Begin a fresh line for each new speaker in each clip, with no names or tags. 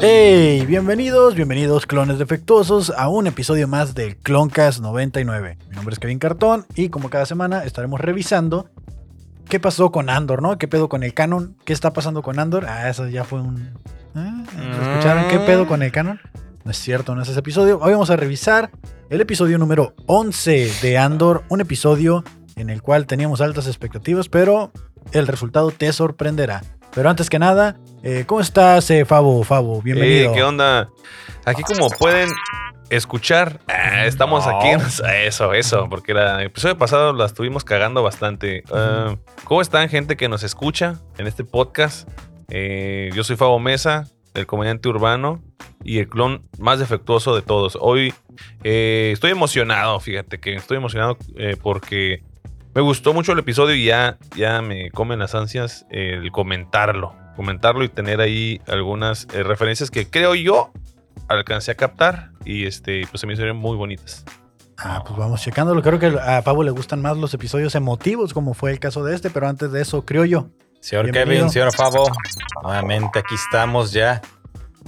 Hey, bienvenidos, bienvenidos clones defectuosos a un episodio más del Cloncast 99. Mi nombre es Kevin Cartón y como cada semana estaremos revisando qué pasó con Andor, ¿no? ¿Qué pedo con el canon? ¿Qué está pasando con Andor? Ah, eso ya fue un... ¿Ah? ¿Se ¿Escucharon qué pedo con el canon? No es cierto, no es ese episodio. Hoy vamos a revisar el episodio número 11 de Andor, un episodio en el cual teníamos altas expectativas, pero el resultado te sorprenderá. Pero antes que nada, eh, ¿cómo estás, eh, Fabo? Fabo, bienvenido.
Ey, ¿Qué onda? Aquí como pueden escuchar, ah, estamos
No.
aquí. Eso, eso, porque la- el episodio pasado la estuvimos cagando bastante. Ah, ¿Cómo están gente que nos escucha en este podcast? Eh, yo soy Fabo Mesa, el comediante urbano y el clon más defectuoso de todos. Hoy eh, estoy emocionado, fíjate que estoy emocionado eh, porque me gustó mucho el episodio y ya, ya me comen las ansias el comentarlo. Comentarlo y tener ahí algunas eh, referencias que creo yo alcancé a captar y este, pues se me hicieron muy bonitas.
Ah, pues vamos checándolo. Creo que a Pablo le gustan más los episodios emotivos, como fue el caso de este, pero antes de eso, creo yo.
Señor
Bienvenido.
Kevin, señor Favo, nuevamente aquí estamos ya.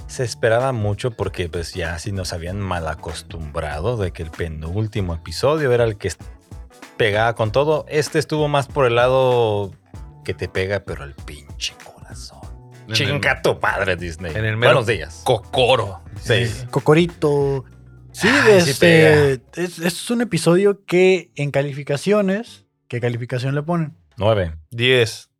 Se esperaba mucho porque pues ya si nos habían mal acostumbrado de que el penúltimo episodio era el que est- pegaba con todo. Este estuvo más por el lado que te pega, pero el pinche corazón.
En el
Chinga tu padre, Disney.
en el mero
Buenos días.
Cocoro.
Sí.
Eh, Cocorito. Sí,
Ay, sí
este, es, es un episodio que en calificaciones, ¿qué calificación le ponen?
Nueve.
10.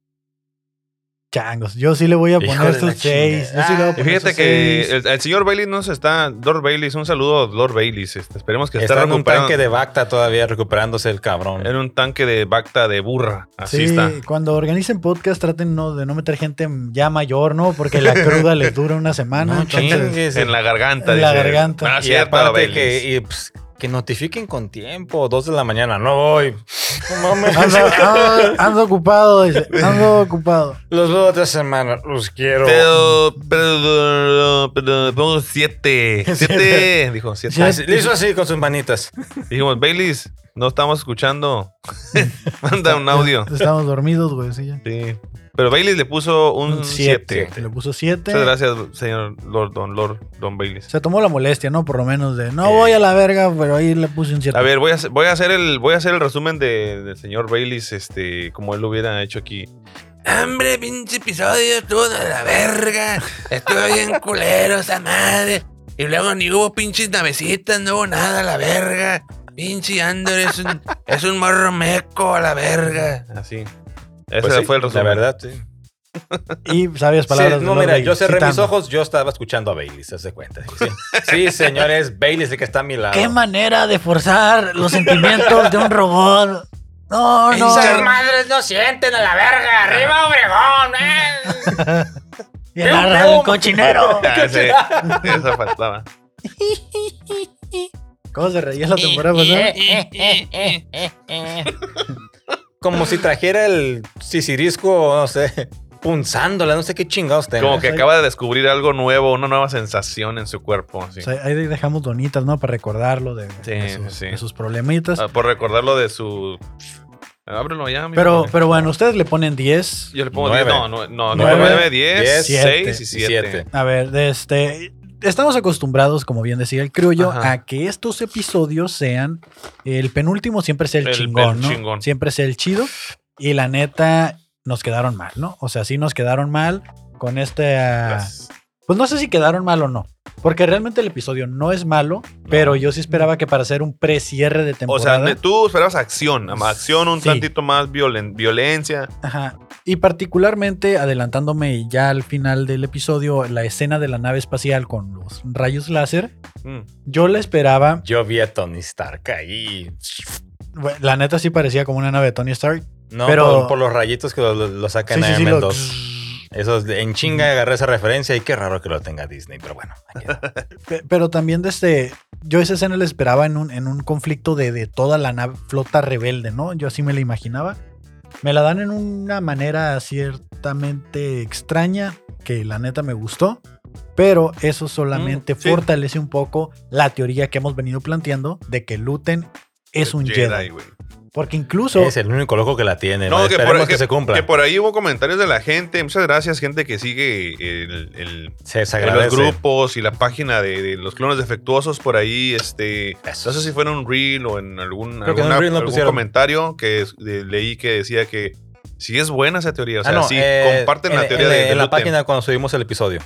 Changos, yo sí le voy a
Hijo
poner
de la
sus seis. Yo sí le voy a
chingada.
Y
poner
fíjate
sus
que
seis.
el, el señor Bailey nos está. Lord Bailey, un saludo, Lord Bailey. este, esperemos que esté
Está en un
recuperando-
tanque de Bacta todavía recuperándose el cabrón.
en un tanque de bacta de burra. Así
Sí,
está.
cuando organicen podcast traten no, de no meter gente ya mayor, ¿no? Porque la cruda les dura una semana.
No
entonces-
chingues.
Ah, En la garganta.
En la
dice.
garganta.
Ah,
y
cierto,
aparte
Bailey.
que, y, pues, que notifiquen con tiempo, dos de la mañana, no voy. Ah, No mames.
Ando, ando- ando ocupado, dice. Ando ocupado.
Los veo otra semana, los quiero.
Pero, pero, pero, pongo siete. Siete. Dijo siete.
Así, le hizo así con sus manitas.
Dijimos, Baileys, no estamos escuchando. Manda un audio.
Estamos dormidos, güey. Sí, ya.
Sí. Pero Baileys le puso un
Un siete.
siete.
Le puso 7.
Muchas gracias, señor Lord, don Lord, don Baileys.
Se tomó la molestia, ¿no? Por lo menos de no
Eh.
voy a la verga, pero ahí le puse un 7.
A ver, voy a, hacer- voy a hacer el, voy a hacer el resumen de- del señor Baileys, este, como él lo hubiera hecho aquí.
Hombre, pinche episodio estuvo de la verga. Estuvo bien culero esa madre. Y luego ni hubo pinches navecitas, no hubo nada a la verga. Pinche Andor es un, es un morro meco a la verga.
Así. Ese
Pues sí,
fue el resumen.
La verdad, sí.
Y sabias palabras.
Sí,
de
no,
Lord
mira,
Bailey,
yo cerré mis
citando.
ojos, yo estaba escuchando a Bailey, se hace cuenta. Sí, Sí, señores, Bailey es el que está a mi lado.
Qué manera de forzar los sentimientos de un robot. No, no.
madres no sienten a la verga! ¡Arriba, Obregón!
Y el arra del cochinero.
Ah, ese- esa faltaba.
¿Cómo se reía la temporada pasada?
Como si trajera el sisirisco, no sé, punzándola, no sé qué chingados tenga.
Como que acaba de descubrir algo nuevo, una nueva sensación en su cuerpo. así.
O sea, ahí dejamos donitas, ¿no? Para recordarlo de,
Sí,
de sus,
sí.
de sus problemitas.
Ah, por recordarlo de su. Ábrelo ya, mi
pero,
padre.
pero bueno, ustedes le ponen 10.
Yo le pongo
Nueve.
10. No, no, no,
Nueve,
9, 10,
diez,
6 y
siete.
7.
A ver, de este. Estamos acostumbrados, como bien decía el criollo,
Ajá.
a que estos episodios sean. El penúltimo siempre sea el,
El-
chingón,
el
¿no?
chingón.
Siempre sea el chido. Y la neta, nos quedaron mal, ¿no? O sea, sí nos quedaron mal con este. ah, Pues no sé si quedaron mal o no. Porque realmente el episodio no es malo, pero yo sí esperaba que para hacer un pre-cierre de
O
temporada.
sea, ne- tú esperabas acción, ama- acción, un
Sí.
tantito más violen- violencia.
Ajá. Y particularmente, adelantándome ya al final del episodio, la escena de la nave espacial con los rayos láser,
Mm.
yo la esperaba.
Yo vi a Tony Stark ahí.
bueno, La neta sí parecía como una nave de Tony Stark.
No,
Pero-
por, por los rayitos que lo, lo- lo sacan
Sí, sí,
en
sí,
Iron Man
lo-
2. Eso es de- en chinga agarré esa referencia y qué raro que lo tenga Disney, pero bueno. ahí queda.
Pe- Pero también desde. Yo esa escena la esperaba en un, en un conflicto de, de toda la nave- flota rebelde, ¿no? Yo así me la imaginaba. Me la dan en una manera ciertamente extraña, que la neta me gustó. Pero eso solamente
Mm, sí.
fortalece un poco la teoría que hemos venido planteando de que Luten es un Jedi.
güey.
Porque incluso.
es el único loco que la tiene.
No,
¿no?
que por,
Esperemos que,
que-
se cumpla.
que por ahí hubo comentarios de la gente. Muchas gracias, gente que sigue el- el,
Se
en los
desagradece.
grupos y la página de, de los clones defectuosos por ahí, este, no sé si fue en un reel o en algún,
Creo que en
alguna-
un reel no
algún
pusieron.
comentario que es- de- leí que decía que si es buena esa teoría, o sea,
Ah, no,
sí,
eh,
comparten la
en-
teoría
en,
de,
en
de
la
Lutem.
página cuando subimos el episodio.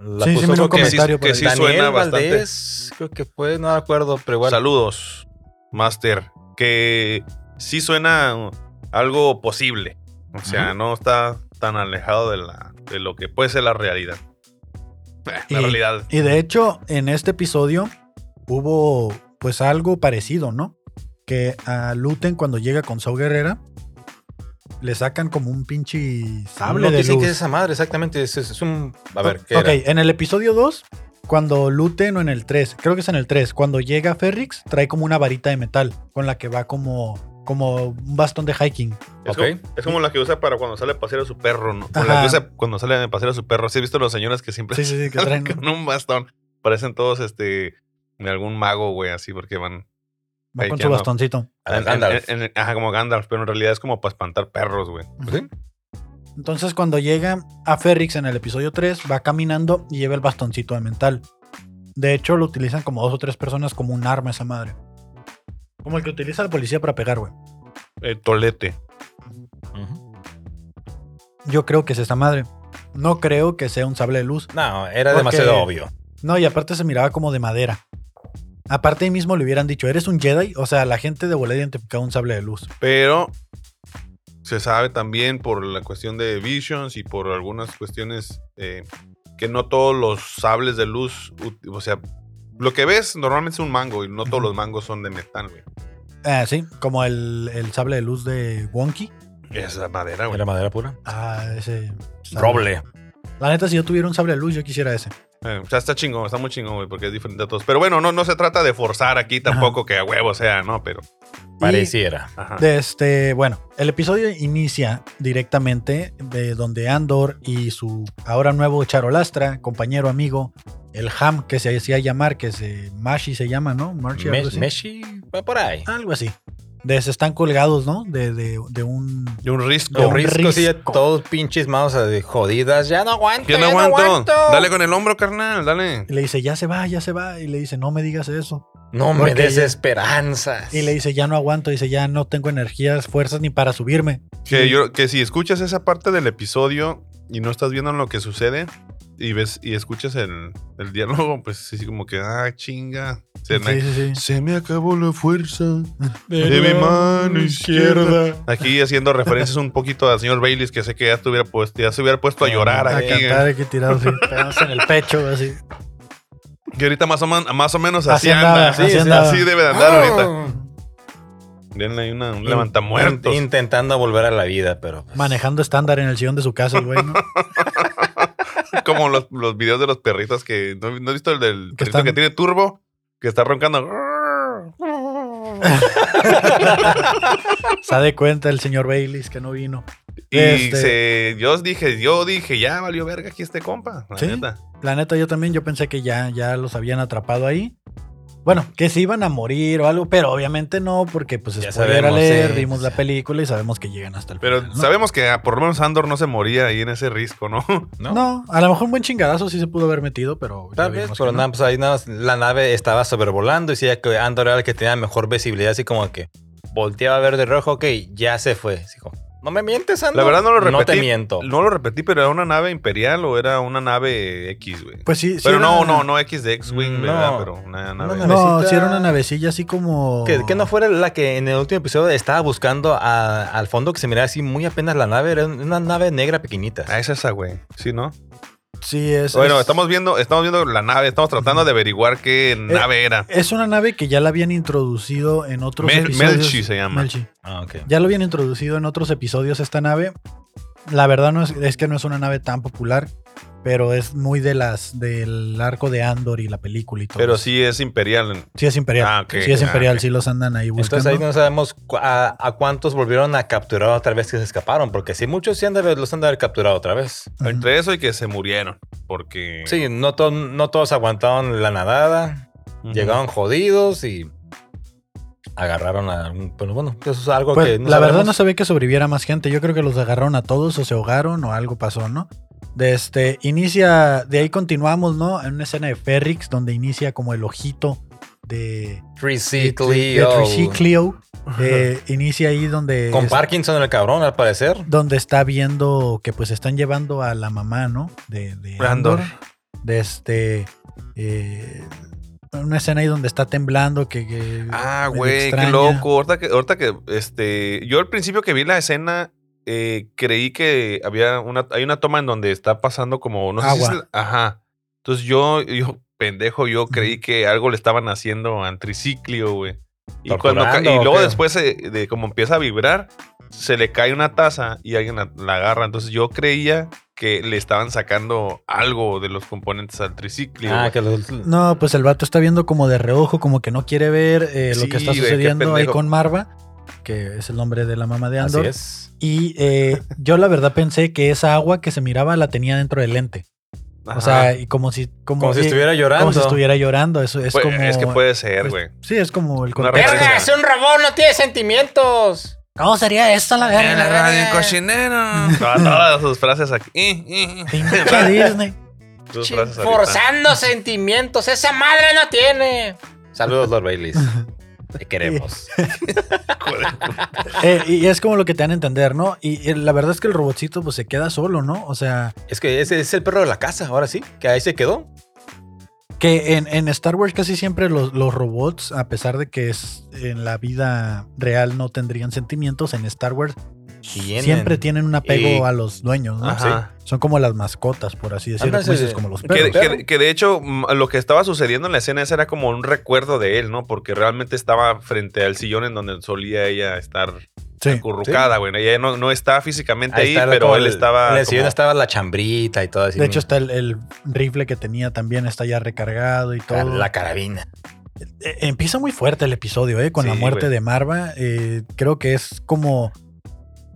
La
Sí, sí,
puso
me lo
creo que-
que sí,
comentario por
que sí
Daniel
suena bastante.
Valdés, creo que fue, no me acuerdo, pero igual.
Saludos, Master, que sí suena algo posible, o sea, no está tan alejado de, la, de lo que puede ser la realidad. Eh, La
Y-
realidad.
Y de hecho, en este episodio hubo pues algo parecido, ¿no? Que a Luten cuando llega con Saw Guerrera le sacan como un pinche sable
Ah, no,
de
que sí,
luz.
que es esa madre, exactamente. Es, es- es un. A ver, ¿qué
ok,
era?
en el episodio 2, cuando Luten o en el 3, creo que es en el 3, cuando llega Ferrix, trae como una varita de metal con la que va como, como un bastón de hiking.
Es,
Ok.
como, es como la que usa para cuando sale a pasear a su perro, ¿no? O la
Ajá.
que usa cuando sale a pasear a su perro. ¿Sí he visto las señoras que siempre
Sí, sí, sí, que
salen
traen.
con un bastón? Parecen todos este de algún mago, güey, así porque van
Va con
Ay,
su
ya no.
bastoncito.
A la
en-
Gandalf.
en- en- ajá, como Gandalf, pero en realidad es como para espantar perros, güey.
¿Sí?
Entonces, cuando llega a Ferrix en el episodio 3, va caminando y lleva el bastoncito de mental. De hecho, lo utilizan como dos o tres personas como un arma esa madre. Como el que utiliza la policía para pegar, güey.
Eh, tolete.
Ujú.
Yo creo que es esa madre. No creo que sea un sable de luz.
No, era
Porque-
demasiado obvio.
No, y aparte se miraba como de madera. Aparte ahí mismo le hubieran dicho, ¿eres un Jedi? O sea, la gente de volea identificaba un sable de luz.
Pero se sabe también por la cuestión de visions y por algunas cuestiones eh, que no todos los sables de luz, ut- o sea, lo que ves normalmente es un mango y no todos los mangos son de metal, güey.
Ah, sí, como el, el sable de luz de Wonky.
Es la madera, güey.
Era madera pura.
Ah, ese... sable.
Roble.
La neta, si yo tuviera un sable de luz, yo quisiera ese.
Eh, o sea, está chingón, está muy chingón, güey, porque es diferente a todos. Pero bueno, no, no se trata de forzar aquí tampoco que a huevo sea, ¿no? Pero.
Y-
Pareciera.
Ajá.
De este, bueno, el episodio inicia directamente de donde Andor y su ahora nuevo charolastra, compañero amigo, el Ham que se hacía llamar, que se Mashi se llama, ¿no? Marshi, algo
Me-
así. Ah,
Meshi va por ahí.
Algo así. De se están colgados, ¿no? De, de, de un
De un risco.
De
Con
un
risco, sí, ya
risco.
todos pinches manos eh, jodidas. Ya no aguanto.
Yo
Ya
no
no
aguanto.
aguanto.
Dale con el hombro, carnal, dale.
y le dice, ya se va, ya se va. Y le dice, no me digas eso.
No me
Porque ya-
des esperanzas.
Y le dice, ya no aguanto. Dice, ya no tengo energías, fuerzas ni para subirme.
Que, yo, que si escuchas esa parte del episodio y no estás viendo lo que sucede y ves y escuchas el, el diálogo, pues sí, como que, ah, chinga. Se,
Sí,
me,
sí, sí.
se me acabó la fuerza de mi mano izquierda. Aquí haciendo referencias un poquito al señor Baileys, que sé que ya, te hubiera puesto, ya se hubiera puesto a llorar
Ah, A
aquí.
cantar aquí tirado así, pegándose en el pecho, así.
Que ahorita más o, man- más o menos así,
Así andaba,
anda. Sí,
así
sí,
andaba.
así debe de andar ahorita.
Ah.
Denle ahí una, un
In-
levantamuertos.
in- Intentando volver a la vida, pero. pues,
Manejando estándar en el sillón de su casa, el güey, ¿no?
Como los, los videos de los perritos que. ¿No, no has visto el del
Que
perrito
están-
que tiene turbo? Que está roncando.
Se de cuenta el señor Baileys que no vino.
Y
Este-
se- yo os dije, yo dije, ya valió verga aquí este compa. La
Sí.
neta.
La neta, yo también, yo pensé que ya, ya los habían atrapado ahí. Bueno, que se iban a morir o algo, pero obviamente no, porque pues
Ya
spoiler
sabemos,
alert,
sí,
vimos
sí.
la película y sabemos que llegan hasta el
Pero
final, ¿no?
sabemos que ah, por lo menos Andor no se moría ahí en ese risco, ¿no?
¿no?
No, a lo mejor un buen chingadazo sí se pudo haber metido, pero. ya
Tal vez,
vimos que
pero
no.
nada, pues ahí nada más la nave estaba sobrevolando y decía que Andor era el que tenía mejor visibilidad, así como que volteaba a ver de rojo, ok, ya se fue. Así como, no me mientes, Andor.
La verdad no lo
No
repetí.
te miento.
No lo repetí, pero era una nave imperial o era una nave X, güey.
Pues sí, sí
pero
era- Mm,
no, no, no X de X-Wing,
No.
¿verdad? Pero una nave.
No,
nave. Navecita-
sí era una navecilla así como.
Que, que no fuera la que en el último episodio estaba buscando a- al fondo que se miraba así muy apenas la nave, era una nave negra pequeñita.
Ah, es esa, güey. Sí, ¿no?
Sí, es.
Bueno,
es- Eh,
estamos viendo, estamos viendo la nave, estamos tratando de averiguar qué nave era.
Es una nave que ya la habían introducido en otros
Mel-
episodios.
Melchi se llama.
Melchi.
Ah, ok.
Ya lo habían introducido en otros episodios esta nave. La verdad no es, es que no es una nave tan popular, pero es muy de las del arco de Andor y la película y todo.
Pero
eso.
sí es imperial.
Sí es imperial.
Ah, ok,
sí es
ah,
imperial,
ok.
sí los andan ahí
Entonces
buscando.
ahí no sabemos cu- a, a cuántos volvieron a capturar otra vez que se escaparon, porque si muchos sí han de haber- los han de haber capturado otra vez.
Ujú.
Entre eso y que se murieron. Porque.
Sí, no, to- no todos aguantaron la nadada,
Ujú.
llegaron jodidos y agarraron a algún. Pero bueno, eso es algo
Pues,
que.
la verdad no
sabemos.
sabía que sobreviviera más gente. Yo creo que los agarraron a todos o se ahogaron o algo pasó, ¿no? De este, inicia, de ahí continuamos, ¿no? En una escena de Ferrix donde inicia como el ojito de, de,
Triciclio.
de Triciclio. Eh, inicia ahí donde,
Con
es-
Parkinson el cabrón, al parecer.
donde está viendo que pues están llevando a la mamá, ¿no? De, de
Andor.
De este, eh, una escena ahí donde está temblando que... que
Ah,
medio
güey, qué
extraña.
loco. Ahorita que, ahorita que, este, yo al principio que vi la escena, eh, creí que había una, hay una toma en donde está pasando como, no sé si es
Agua.
el- ajá. Entonces yo, yo, pendejo, yo creí que algo le estaban haciendo al triciclio, güey. Y, cuando ca-
Torturando,
y
¿o
luego
qué?
después, se- de como empieza a vibrar, se le cae una taza y alguien la, la agarra. Entonces yo creía que le estaban sacando algo de los componentes al triciclio.
Ah,
güey.
que los.
No, pues el vato está viendo como de reojo, como que no quiere ver eh, lo
Sí,
que está
güey, qué
sucediendo ahí
pendejo.
con Marva, que es el nombre de la mamá de
Así
Andor.
es.
Y eh, yo la verdad pensé que esa agua que se miraba la tenía dentro del lente.
Ajá.
O sea, y como si, como,
Como si
eh,
estuviera llorando.
como si estuviera llorando. Eso es
Pues,
como. pues
es que puede ser, güey.
Sí, es como el
Una
contexto.
referencia.
un robot, no tiene sentimientos.
¿Cómo sería esto la
En la
verga?
radio, el cochinero.
Toda- Todas sus frases aquí. Eh, eh, eh.
Pinche Disney.
Sus
Chin-
frases ahorita.
Forzando sentimientos, esa madre no tiene.
Saludos, Lord Bailey. Te queremos.
Eh, y es como lo que te dan a entender, ¿no? Y, eh, la verdad es que el robotcito pues se queda solo, ¿no? O sea,
es que ese es el perro de la casa, ahora sí, que ahí se quedó.
Que en, en Star Wars casi siempre los, los robots, a pesar de que es, en la vida real no tendrían sentimientos, en Star Wars
Tienen.
siempre tienen un apego
Y-
a los dueños, ¿no?
Ajá.
Son como las mascotas, por así decirlo,
Ándale,
como dices,
sí.
como los
Que-
Que,
perros.
que- que de hecho mm, lo que estaba sucediendo en la escena esa era como un recuerdo de él, ¿no? Porque realmente estaba frente al sillón en donde solía ella estar
Ah,
Sí.
acurrucada, güey. Ella no, no está físicamente ahí,
está
pero
como
él
el-
estaba...
En el
como-
sillón estaba la chambrita y todo así.
De hecho, está el, el rifle que tenía también, está ya recargado y todo.
la carabina.
Eh, Empieza muy fuerte el episodio, ¿eh? Con la
Sí,
muerte
güey.
de Marva. eh, creo que es como.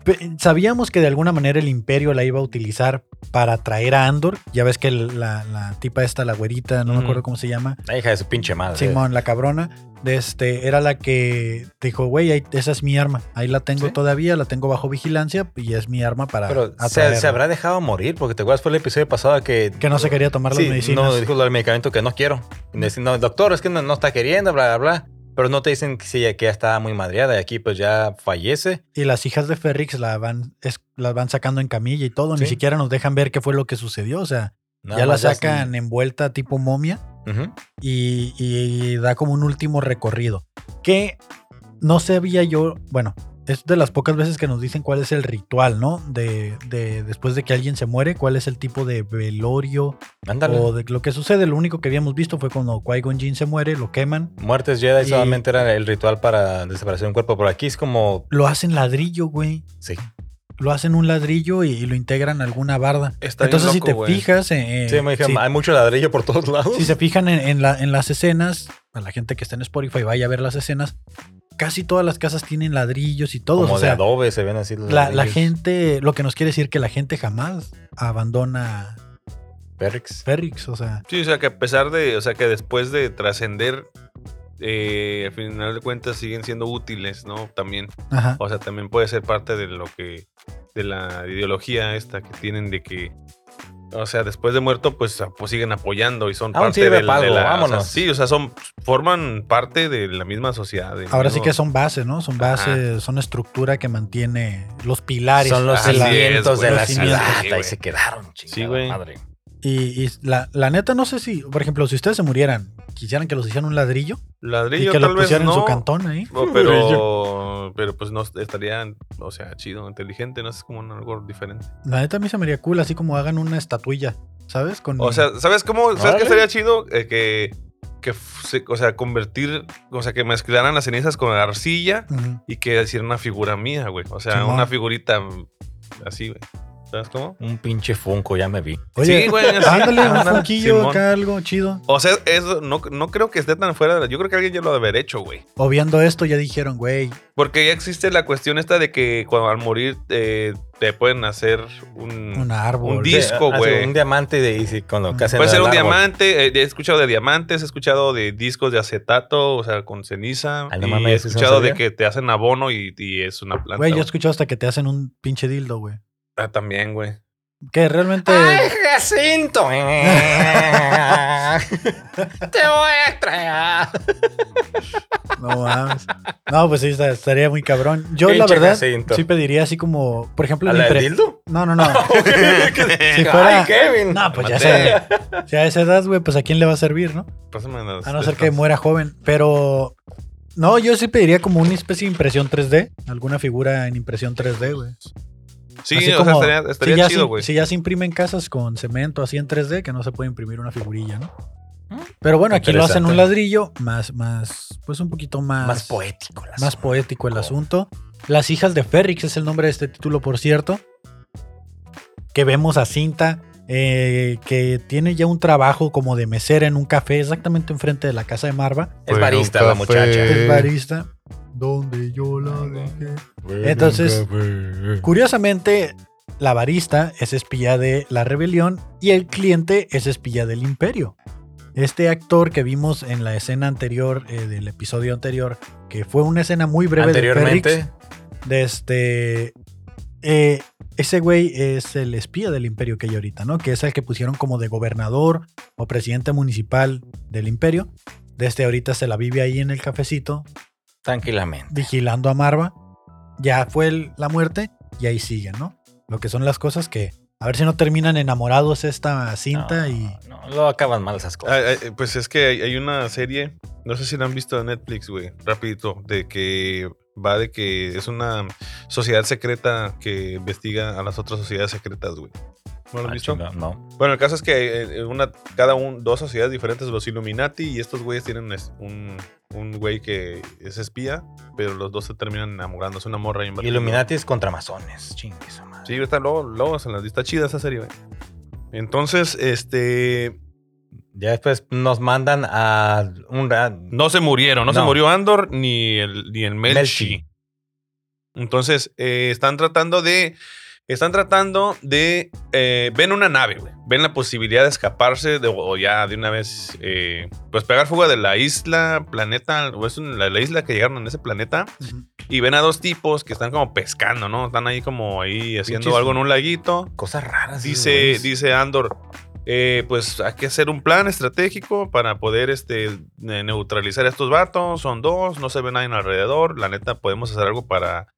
pe- Sabíamos que de alguna manera el Imperio la iba a utilizar para traer a Andor. Ya ves que el- la, la tipa esta, la güerita, no me
Ujú.
acuerdo cómo se llama.
La hija de su pinche madre.
Simón, la cabrona. de Este, era la que dijo, güey, ahí- esa es mi arma. Ahí la tengo
Sí.
todavía, la tengo bajo vigilancia y es mi arma para.
Pero se,
atraerla".
se habrá dejado morir, porque te acuerdas fue el episodio pasado que.
Que no se quería tomar
Sí,
las medicinas.
No, dijo el medicamento que no quiero. Y me dicen, no, doctor, es que no, no está queriendo, bla, bla, bla. Pero no te dicen que, sí, que ya está muy madreada y aquí pues ya fallece.
Y las hijas de Ferrix la van, es- las van sacando en camilla y todo. Ni
Sí.
siquiera nos dejan ver qué fue lo que sucedió. O sea,
Nada
ya la
más
sacan envuelta tipo momia
Ujú.
y, y da como un último recorrido. Que no sabía yo, bueno, es de las pocas veces que nos dicen cuál es el ritual, ¿no? De, de después de que alguien se muere, cuál es el tipo de velorio
Ándale.
o de lo que sucede. Lo único que habíamos visto fue cuando Qui-Gon Jinn se muere, lo queman.
Muertes Jedi
y-
solamente era el ritual para desaparecer un cuerpo, pero aquí es como.
Lo hacen ladrillo, güey.
Sí.
Lo hacen un ladrillo y, y lo integran a alguna barda.
Está bien
Entonces, si
loco,
te
güey.
fijas, eh,
Sí, me dije,
si-
hay mucho ladrillo por todos lados.
Si se fijan en, en la- en las escenas, a la gente que está en Spotify vaya a ver las escenas, casi todas las casas tienen ladrillos y todo.
Como
o sea,
de adobe se ven así. los
la, la
ladrillos.
gente, lo que nos quiere decir que la gente jamás abandona
Perks.
Ferrix, o sea.
Sí, o sea que a pesar de, o sea que después de trascender, eh, al final de cuentas siguen siendo útiles, ¿no? También.
Ajá.
O sea, también puede ser parte de lo que. de la ideología esta que tienen de que. O sea, después de muerto, pues, a- pues siguen apoyando y
Ah,
son
Aún
parte
sirve
del-
para
de
algo,
la. o sea,
vámonos.
sí, o sea, son. forman parte de la misma sociedad. del
Ahora sí
mismo-
que son bases, ¿no? Son bases, son estructura que mantiene los pilares.
Son los
de la-
Así es,
cimientos de
güey.
la
Los cimientos.
ciudad.
Sí,
Ahí
güey.
se quedaron, chingada
Sí, güey.
madre.
y y la, la neta, no sé si, por ejemplo, si ustedes se murieran, quisieran que los hicieran un ladrillo y
Ladrillo,
que
tal
lo
vez
pusieran
no.
en su cantón ahí.
o- pero, pero pues no estaría, o sea, chido, inteligente, no es como un- algo diferente.
La neta a mí se me haría cool, así como hagan una estatuilla, ¿sabes? Con,
O sea, ¿sabes cómo? ¿Sabes
Órale.
qué sería chido? Eh, que, que f- se- o sea, convertir, o sea, que mezclaran las cenizas con arcilla
Ujú.
y que hiciera una figura mía, güey. O sea,
Simón.
una figurita mm, así, güey. ¿Sabes cómo?
Un pinche Funko, ya me vi.
Oye,
sí, güey. así,
ándale, un
ándale,
poquillo
Simón.
acá, algo chido.
O sea, eso no, no creo que esté tan fuera de la... Yo creo que alguien ya lo debe haber hecho, güey.
Obviando esto, ya dijeron, güey,
Porque ya existe la cuestión esta de que cuando al morir eh, te pueden hacer un...
Mm.
un árbol.
un disco.
hace
güey.
Un diamante de y sí, con lo que hacen
Puede ser
al
un
árbol.
diamante, eh, he escuchado de diamantes, he escuchado de discos de acetato, o sea, con ceniza.
Ay, Ah, no
y
mames,
he
eso no
escuchado de
sabía.
que te hacen abono y, y es una planta.
Güey, yo he
güey.
escuchado hasta que te hacen un pinche dildo, güey.
Ah, también, güey.
Que realmente.
¡Ay, Jacinto! ¡Te voy a traer!
No mames. No, pues sí, está- estaría muy cabrón. Yo, la
Pinche
verdad,
Jacinto.
sí pediría así como, por ejemplo,
¿A
en
la del
impre-
dildo?
No, no, no. si
¡Ay,
fuera.
Kevin!
No, pues ya
Maté.
sé. Si a esa edad, güey, pues a quién le va a servir, ¿no?
Pásame
Pues
las-
A no ser que muera joven. Pero. No, yo sí pediría como una especie de impresión 3D. Alguna figura en impresión 3D, güey.
Sí,
Así
o
como-
sea, estaría, estaría
si ya
chido,
se-
güey.
Si ya se imprimen casas con cemento así en 3D, que no se puede imprimir una figurilla, ¿no?
Mm.
Pero bueno, aquí lo hacen un
Interesante.
ladrillo más, más, pues un poquito más,
Más poético. las-
más poético el asunto. Las hijas de Ferrix es el nombre de este título, por cierto. Que vemos a Cinta, eh, que tiene ya un trabajo como de mesera en un café exactamente enfrente de la casa de Marva.
Es barista la muchacha.
Es barista. Donde yo la dejé. Entonces, Curiosamente, la barista es espía de la rebelión y el cliente es espía del imperio. Este actor que vimos en la escena anterior, eh, del episodio anterior, que fue una escena muy breve de
Anteriormente,
Ferrix, de este, eh, ese güey es el espía del imperio que hay ahorita, ¿no? Que es el que pusieron como de gobernador o presidente municipal del imperio. Desde ahorita se la vive ahí en el cafecito,
tranquilamente.
vigilando a Marva. Ya fue el- la muerte y ahí siguen, ¿no? Lo que son las cosas que. A ver si no terminan enamorados esta cinta
No,
y.
No, lo acaban mal esas
Ah,
cosas.
ah, pues es que hay, hay una serie, no sé si la han visto de Netflix, güey, rapidito, de que va de que es una sociedad secreta que investiga a las otras sociedades secretas, güey. ¿No lo
Ah,
han visto?
chinga, No.
Bueno, el caso es que eh, una, cada un, dos sociedades diferentes, los Illuminati y estos güeyes tienen es- un, un güey que es espía, pero los dos se terminan enamorando. Es una morra y un vato.
Illuminati es contra masones. Chingue su madre.
Sí, está luego, luego se las está chida esa serie, güey. Entonces, este.
Ya después nos mandan a un ra-
No se murieron, no, se
No.
murió Andor ni el, ni el Melchi.
Melchi.
Entonces, eh, están tratando de. Están tratando de. eh, ven una nave, güey. Ven la posibilidad de escaparse de- o ya de una vez. eh, pues pegar fuga de la isla, planeta. O es un- la, la isla que llegaron en ese planeta. Y ven a dos tipos que están como pescando, ¿no? Están ahí como ahí haciendo
Pinches-
algo en un laguito.
cosas raras.
Dice,
esos güeyes.
dice Andor, eh, pues hay que hacer un plan estratégico para poder este, ne- neutralizar a estos vatos. Son dos, no se ve nadie alrededor. La neta, podemos hacer algo para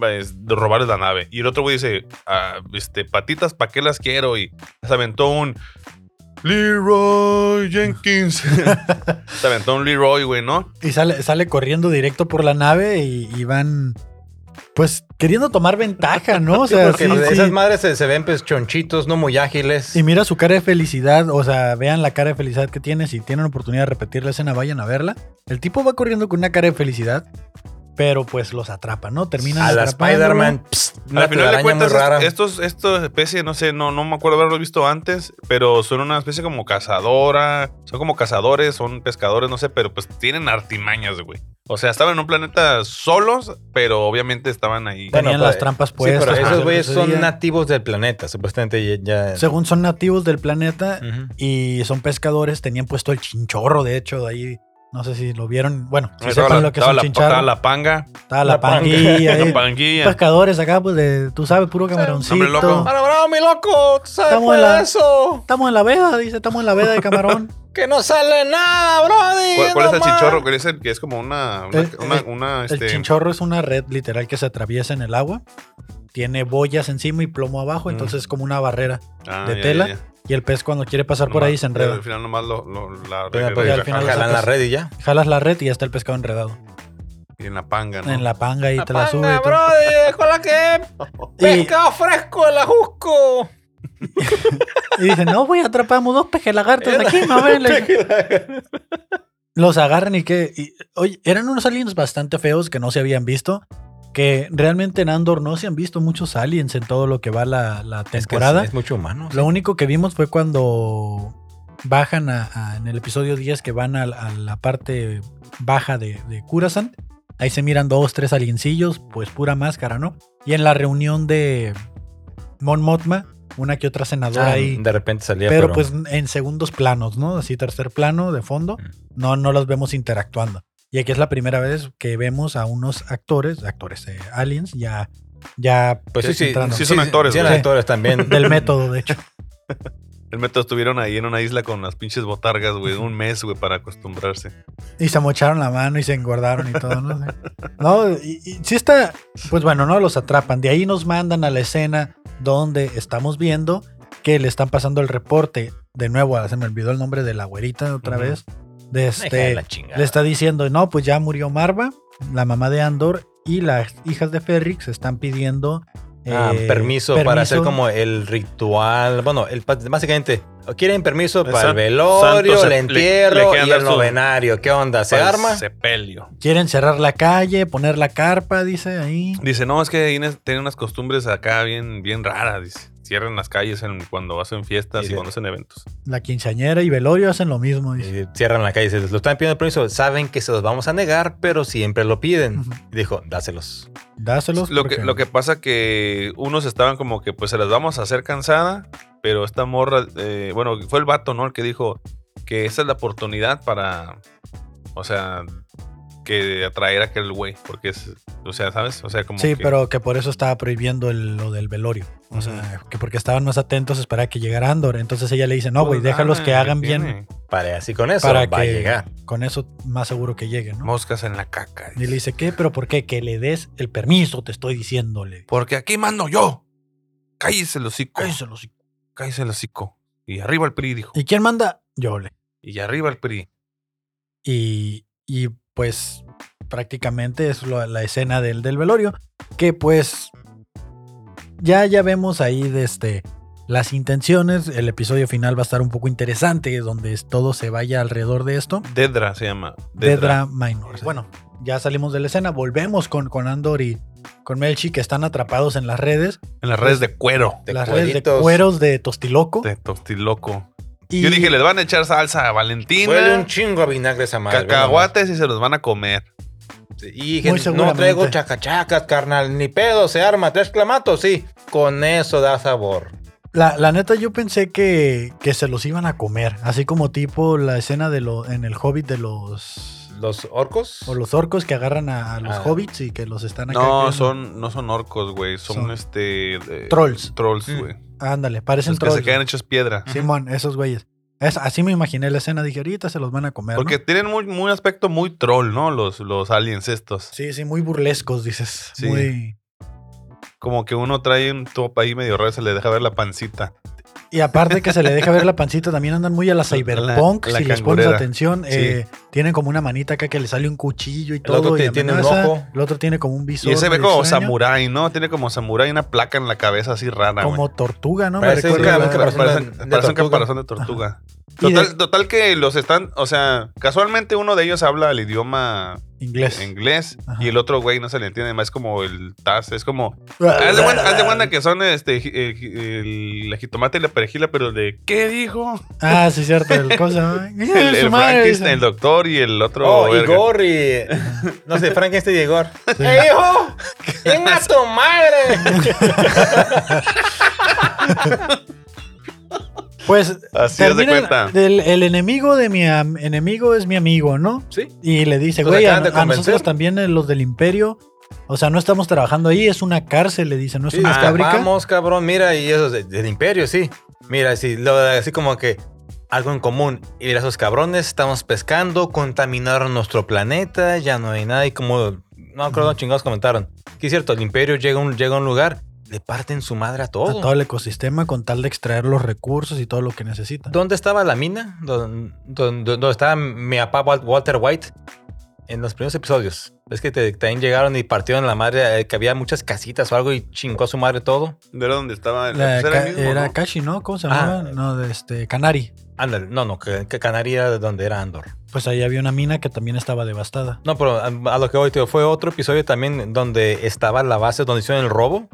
pues, robarles la nave. Y el otro güey dice, "Ah, este, patitas, ¿para qué las quiero? Y se aventó un Leroy Jenkins. se aventó un Leroy, güey, ¿no?
Y sale, sale corriendo directo por la nave y, y van. Pues queriendo tomar ventaja, ¿no? O
Sí,
sea,
porque
sí, sí.
esas madres se, se ven pues chonchitos, no muy ágiles.
Y mira su cara de felicidad, o sea, vean la cara de felicidad que tiene. Si tienen oportunidad de repetir la escena, vayan a verla. El tipo va corriendo con una cara de felicidad, pero pues los atrapa, ¿no? Terminan
a la
atrapándolo.
Spider-Man. pss, Una
Al final de
telaraña muy
cuentas,
rara.
estos, estos especies, no sé, no, no me acuerdo haberlo visto antes, pero son una especie como cazadora, son como cazadores, son pescadores, no sé, pero pues tienen artimañas, güey. O sea, estaban en un planeta solos, pero obviamente estaban ahí.
Bueno,
Tenían
pero-
las trampas
Sí,
puestas.
pero
para
esos
hacer
güeyes son
brujería.
nativos del planeta, supuestamente ya. ya-
Según son nativos del planeta
Ujú.
y son pescadores, tenían puesto el chinchorro, de hecho, de ahí. No sé si lo vieron. Bueno, si
Ahí estaba
sepan
la-
lo que es
estaba
un
la-
chinchorro.
estaba la panga,
Estaba la,
la panga.
panguilla. ahí.
la panguilla.
Pescadores acá, pues, de, tú sabes, puro
hombre loco.
camaroncito.
¡Bravo, bravo, mi loco! ¿Tú sabes
Estamos en
pues,
la-
eso?
Estamos en la veda, dice, estamos en la veda de camarón.
¡Que no sale nada, brody!
¿Cuál, cuál es el
nomás.
chinchorro? ¿Cuál es el que es como una... una,
El-
una-
el-
una,
El
este,
chinchorro es una red literal que se atraviesa en el agua. Tiene boyas encima y plomo abajo,
Mm.
entonces es como una barrera.
ah,
de tela, Y el pez cuando quiere pasar por
Nomás-
ahí se
Al
enreda.
final nomás lo, lo- la
Pero,
Y
pues,
al final lo
jalan la
sacas.
red y ya.
Jalas la red y ya está el pescado enredado.
y en la panga, ¿no?
En la panga y te la sube.
Apanga,
y todo.
brody! ¿Cuál es la que
Y-
¡Pescado fresco de la Jusco!
Y dice, no, güey, atrapamos dos pejelagartos aquí, mamá. Le- Los agarran y que... y- oye, eran unos aliens bastante feos que no se habían visto. que realmente en Andor no se han visto muchos aliens en todo lo que va la, la
Es que
temporada.
es, es mucho humano.
Lo único que vimos fue cuando bajan a, a- en el episodio 10 que van a, a la parte baja de, de Coruscant. Ahí se miran dos, tres aliencillos, pues pura máscara, ¿no? Y en la reunión de Mon Mothma, una que otra senadora
Ah,
ahí.
De repente salía,
pero,
pero,
pues en segundos planos, ¿no? Así tercer plano de fondo, no, no los vemos interactuando. Y aquí es la primera vez que vemos a unos actores, actores eh, aliens, ya, ya
Pues sí, sí,
entrando.
sí son actores,
Sí, eran
güey.
actores también.
del método, de hecho.
El método estuvieron ahí en una isla con las pinches botargas, güey, un mes, güey, para acostumbrarse.
Y se mocharon la mano y se engordaron y todo, ¿no? No, y, y sí está, pues bueno, no los atrapan. De ahí nos mandan a la escena donde estamos viendo que le están pasando el reporte. De nuevo, se me olvidó el nombre de la güerita otra
Ujú.
vez. De
Deja
este,
de la chingada.
le está diciendo, no, pues ya murió Marva, la mamá de Andor, y las hijas de Ferrix están pidiendo
Ah,
eh,
permiso, para hacer
permiso.
como el ritual. Bueno, el, pa- básicamente, quieren permiso para
Exacto.
el velorio,
Santos se- le-
el
le
entierro
quieren
y
dar
el
su- pues,
novenario. ¿Qué onda? ¿Se
Pal-
arma?
Sepelio.
Quieren cerrar la calle, poner la carpa, dice ahí.
Dice, no, es que Inés tiene unas costumbres acá bien, bien raras. Dice, cierran las calles en- cuando hacen fiestas
Sí,
y
sí.
cuando hacen eventos.
La quinceañera y velorio hacen lo mismo, dice.
Y cierran la calle. Se les lo están pidiendo permiso. Saben que se los vamos a negar, pero siempre lo piden.
Ujú.
Y dijo, dáselos.
Dáselos.
Lo que,
porque-
lo que pasa que unos estaban como que, pues se las vamos a hacer cansada, pero esta morra, eh, bueno, fue el vato, ¿no? El que dijo que esa es la oportunidad para, o sea, que atraer a aquel güey, porque es, o sea, ¿sabes? O sea, como
Sí,
que-
pero que por eso estaba prohibiendo el- lo del velorio. O sea, que porque estaban más atentos esperaba que llegara Andor. Entonces ella le dice, no, güey,
Pues,
déjalos
ah,
que
¿qué
hagan bien.
tiene?
Para así con eso
Para
va a
que-
llegar.
Con eso más seguro que lleguen, ¿no?
Moscas en la caca.
Y le dice, ¿qué? ¿Pero por qué? Que le des el permiso, te estoy diciéndole.
Porque aquí mando yo. Cállese el hocico.
Cállese el hocico.
Cállese el hocico. Y arriba el PRI, dijo.
¿Y quién manda? Yo le.
Y arriba el PRI.
Y, y, pues prácticamente es lo- la escena del, del velorio, que pues ya, ya vemos ahí de este, las intenciones, el episodio final va a estar un poco interesante, donde es- todo se vaya alrededor de esto.
Dedra se llama.
Dedra Minor. Bueno, ya salimos de la escena, volvemos con, con Andor y con Melchi que están atrapados en las redes,
En las redes de cuero.
De
las redes de
cueritos.
cueros de Tostiloco.
De Tostiloco.
y
Yo dije, les van a echar salsa a
Huele
Valentina,
un chingo a vinagre esa madre.
cacahuates y se los van a comer.
Y
Muy
gente, no
seguramente.
traigo chacachacas, carnal. Ni pedo, se arma. Tres clamatos, sí. Con eso da sabor.
La, la neta, yo pensé que, que se los iban a comer. Así como tipo la escena de lo, en el Hobbit de los.
¿Los orcos?
O los orcos que agarran a, a los
Ah.
hobbits y que los están acá.
No,
que-
son, no son orcos, güey. Son,
Son
este. eh,
Trolls.
Trolls,
Mm.
güey.
Ándale, parecen
Los que
trolls. Ah,
se quedan
güey.
hechos piedra.
Simón, esos güeyes. Es- así me imaginé la escena. Dije, ahorita se los van a comer. ¿no?
Porque tienen muy, muy aspecto muy troll, ¿no? Los, los aliens estos.
Sí, sí, muy burlescos, dices.
Sí.
Muy-
Como que uno trae un top ahí medio raro, se le deja ver la pancita.
Y aparte que se le deja ver la pancita, también andan muy a la cyberpunk.
la
si les pones
cangurera.
atención,
Sí.
eh, tienen como una manita acá que le sale un cuchillo y todo.
otro
y
te- tiene un
amenaza.
ojo.
El otro tiene como un visor.
Y ese ve
medio
como
extraño.
samurái, ¿no? Tiene como samurái una placa en la cabeza así rara, güey.
Como tortuga, ¿no? Me
Parece
recuerda
un
a la-
cabrón.
Ah, Parece,
caparazón
parece,
de- de
parece un
tortuga.
caparazón de tortuga.
Y de-
Total, total que los están, o sea, casualmente uno de ellos habla el idioma
Inglés.
inglés
Ajá.
y el otro güey no se le entiende más como el Taz, es como
Ah,
Ah, haz de cuenta, haz de cuenta que son este ji- eh, ji- el- la jitomate y la perejila, pero de ¿qué dijo?
Ah, sí, cierto. El cosa.
El,
Su
el
madre,
Frankenstein,
dice.
el doctor y el otro
Oh,
verga.
Igor y. No sé, Frankenstein y Igor. ¡Eh, hijo! ¡Ven a tu madre!
Pues.
Así haz de
terminan-
cuenta.
del- el enemigo de mi am- enemigo es mi amigo, ¿no?
Sí.
Y le dice,
Entonces
güey, a,
acaban de
a nosotros
convencer.
también eh, los del imperio. O sea, no estamos trabajando ahí, es una cárcel, le dice, no es
Sí,
una
ah,
fábrica.
vamos, cabrón, mira, y eso de- del imperio, sí. Mira, sí, lo, así como que algo en común. Y mira, esos cabrones, estamos pescando, contaminaron nuestro planeta, ya no hay nada. Y como, no creo, chingados comentaron. Que es cierto, el imperio llega a un, llega a un lugar, le parten su madre a
A
todo.
todo el ecosistema con tal de extraer los recursos y todo lo que necesitan.
¿Dónde estaba la mina? ¿Dó- dó- dó- ¿Dónde, estaba mi papá Wal- Walter White? En los primeros episodios. Es que te, también llegaron y partieron la madre, eh, que había muchas casitas o algo y chingó a su madre todo.
¿De era donde estaba? el-
La
pues era
ca-
el mismo,
era
¿no?
Kashi, ¿no? ¿Cómo se
Ah.
llamaba? No, de este, Canari.
Ándale, no, no, que, que Canaria de donde era Andor.
Pues ahí había una mina que también estaba devastada.
No, pero a, a lo que voy, tío, fue otro episodio también donde estaba la base donde hicieron el robo.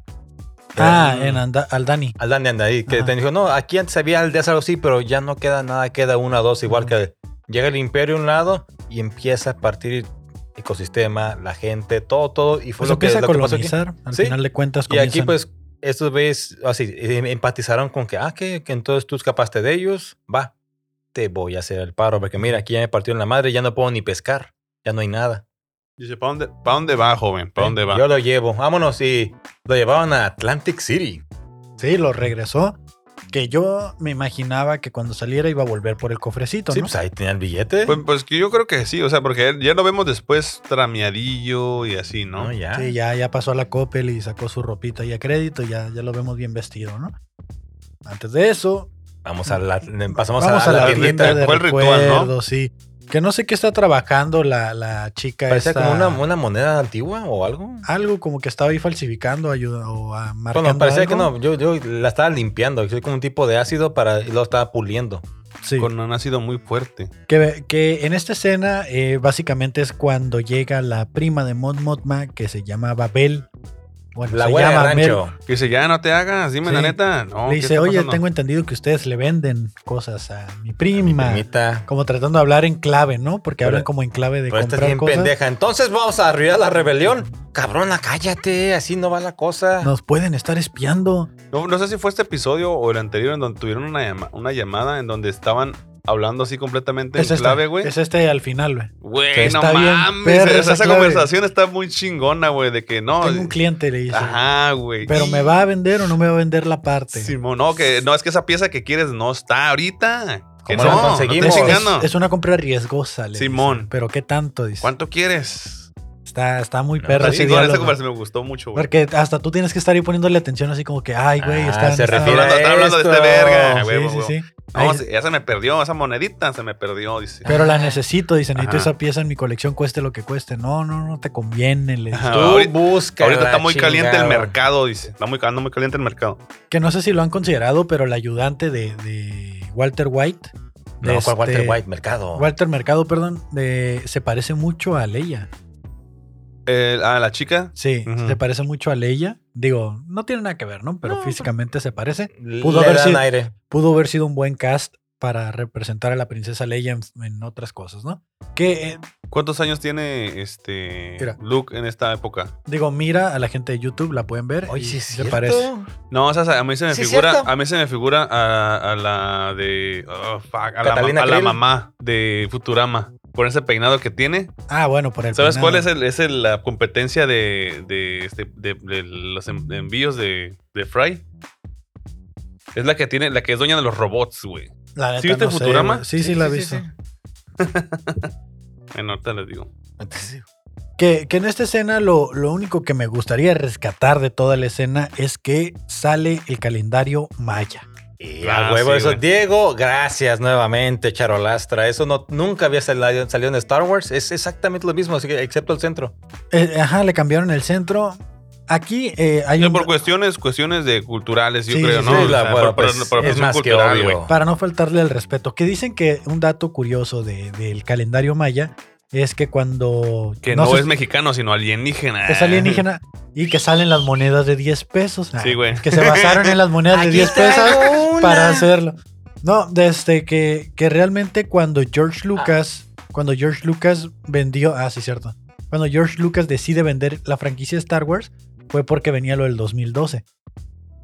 Ah,
Eh,
en Anda- Aldani.
Al Dani anda ahí, que
Ajá.
te dijo, no, aquí antes había aldeas algo así, pero ya no queda nada, queda una o dos, igual
Ujú.
que llega el imperio a un lado y empieza a partir ecosistema, la gente, todo, todo, y fue
Pues
lo que,
empieza a
lo que pasó aquí.
colonizar. Al
Sí.
final de cuentas,
Y aquí
comienzan-
pues estos veis así, em- empatizaron con que, ah, que, que entonces tú escapaste de ellos, va, te voy a hacer el paro, porque mira, aquí ya me partieron la madre, ya no puedo ni pescar, ya no hay nada.
Dice, ¿para dónde, pa' dónde va, joven? ¿Para dónde va?
Yo lo llevo, vámonos, y lo llevaban a Atlantic City.
Sí, lo regresó. Que yo me imaginaba que cuando saliera iba a volver por el cofrecito,
Sí,
¿no?
pues ahí tenía el billete.
Pues, pues que yo creo que sí, o sea, porque ya lo vemos después trameadillo y así, ¿no?
No, ya.
Sí, ya, ya pasó a la Coppel y sacó su ropita y a crédito, ya, ya lo vemos bien vestido, ¿no? Antes de eso,
Vamos a la, pasamos
vamos a, la, tienda, de
fue el ritual,
recuerdos,
¿no?
sí. Que no sé qué está trabajando la, la chica
Parecía
esta.
como una, una moneda antigua o algo.
Algo como que estaba ahí falsificando ayuda, o a marcando
Bueno, parecía que
algo.
no. Yo, yo la estaba limpiando. Soy como un tipo de ácido para y lo estaba puliendo.
Sí.
Con un ácido muy fuerte.
Que, que en esta escena eh, básicamente es cuando llega la prima de Mon Mothma que se llama Babel. Bueno,
La
se
huella de
llama Mel.
rancho.
Que dice, ya no te hagas, dime
Sí.
la neta. No,
Le
¿qué
dice,
está
oye,
pasando?"
tengo entendido que ustedes le venden cosas a mi prima.
Mimita.
como tratando de hablar en clave, ¿no? Porque
Pero-
hablan como en clave de
Pero esta es
comprar
bien
cosas.
pendeja. Entonces vamos a arruinar la rebelión. Cabrona, cállate. Así no va la cosa.
Nos pueden estar espiando.
No, no sé si fue este episodio o el anterior en donde tuvieron una, llama- una llamada en donde estaban hablando así completamente
Es
en
este,
clave, güey.
es este al final, güey.
Güey, no
Está bien
mames.
perra
esa-
esa
esa
clave.
conversación está muy chingona, güey, de que no.
Tengo un cliente, le dice.
Ajá, güey.
Pero me va a vender o no me va a vender la parte.
Simón, no, que no, es que esa pieza que quieres no está ahorita. Que
¿Cómo
no,
la
no te
conseguimos?
es,
estoy
es-
chingando.
es una compra riesgosa, le dice.
Simón.
Pero qué tanto, dice.
¿Cuánto quieres?
Está, está muy
No,
perro
Está
ese
chingona esa
diálogo.
conversación, me gustó mucho, güey.
Porque hasta tú tienes que estar ahí poniéndole atención así como que, ay, güey,
Ah,
están-
se
están-
Está hablando,
refiere
está hablando de este
esto.
verga,
Sí,
güey.
sí,
güey.
sí.
No,
Ahí-
se- ya se me perdió, esa monedita se me perdió, dice.
Pero la necesito, dice, necesito
Ajá.
esa pieza en mi colección, cueste lo que cueste. No, no, no te conviene, le dice.
Ajá.
Tú
ahorita-
busca.
Ahorita
la
está muy caliente el
chingada.
mercado, dice. Está muy, anda muy caliente el mercado.
Que no sé si lo han considerado, pero el ayudante de, de Walter White.
No,
este-
¿cuál Walter White, mercado.
Walter Mercado, perdón, de- se parece mucho a Leia.
Eh, a la chica,
Sí,
Ujú.
se parece mucho a Leia. Digo, no tiene nada que ver, ¿no? Pero
No,
físicamente se parece.
Pudo
Pudo
haber
haber sido-
aire.
Pudo haber sido un buen cast para representar a la princesa Leia en, en otras cosas, ¿no? Que, eh,
¿cuántos años tiene este
Mira.
Luke en esta época?
digo, mira a la gente de YouTube, la pueden ver.
Oye,
y
sí, es
se
cierto.
parece.
No, o sea, a mí se me
Sí,
figura,
cierto.
a mí se me figura a, a la de oh, fuck, a, la,
Catalina
ma- a la
Krill.
mamá de Futurama. Por ese peinado que tiene.
Ah, bueno, por el
¿Sabes
peinado.
cuál es, el, es el- la competencia de, de, este- de- de los en- de envíos de, de Fry? Es la que tiene, la que es dueña de los robots, güey.
La neta,
¿Sí viste
no sé,
Futurama?
güey. Sí, sí, la he visto.
Bueno, ahorita les digo.
Que, que en esta escena lo, lo único que me gustaría rescatar de toda la escena es que sale el calendario maya.
Y
Ah,
a huevo
sí,
eso.
güey.
Diego, gracias nuevamente, Charolastra. Eso no, nunca había salido, salido en Star Wars. Es exactamente lo mismo, así que, excepto el centro.
Eh, ajá, le cambiaron el centro. Aquí eh, hay
Sí,
un...
por cuestiones, cuestiones de culturales, yo
Sí,
creo,
sí,
¿no?
sí,
O
la-
sea,
bueno,
por-
pues,
por- por
es
cuestión
más que
cultural,
obvio.
güey.
Para no faltarle el respeto, que dicen que un dato curioso de- del calendario maya es que cuando...
Que no,
sé
es
si-
mexicano, sino alienígena.
Es alienígena y que salen las monedas de 10 pesos. Ah,
Sí, güey.
Que se basaron en las monedas de 10 pesos para hacerlo. No, desde que, que realmente cuando George Lucas, cuando George Lucas vendió, ah, sí, cierto. Cuando George Lucas decide vender la franquicia Star Wars fue porque venía lo del 2012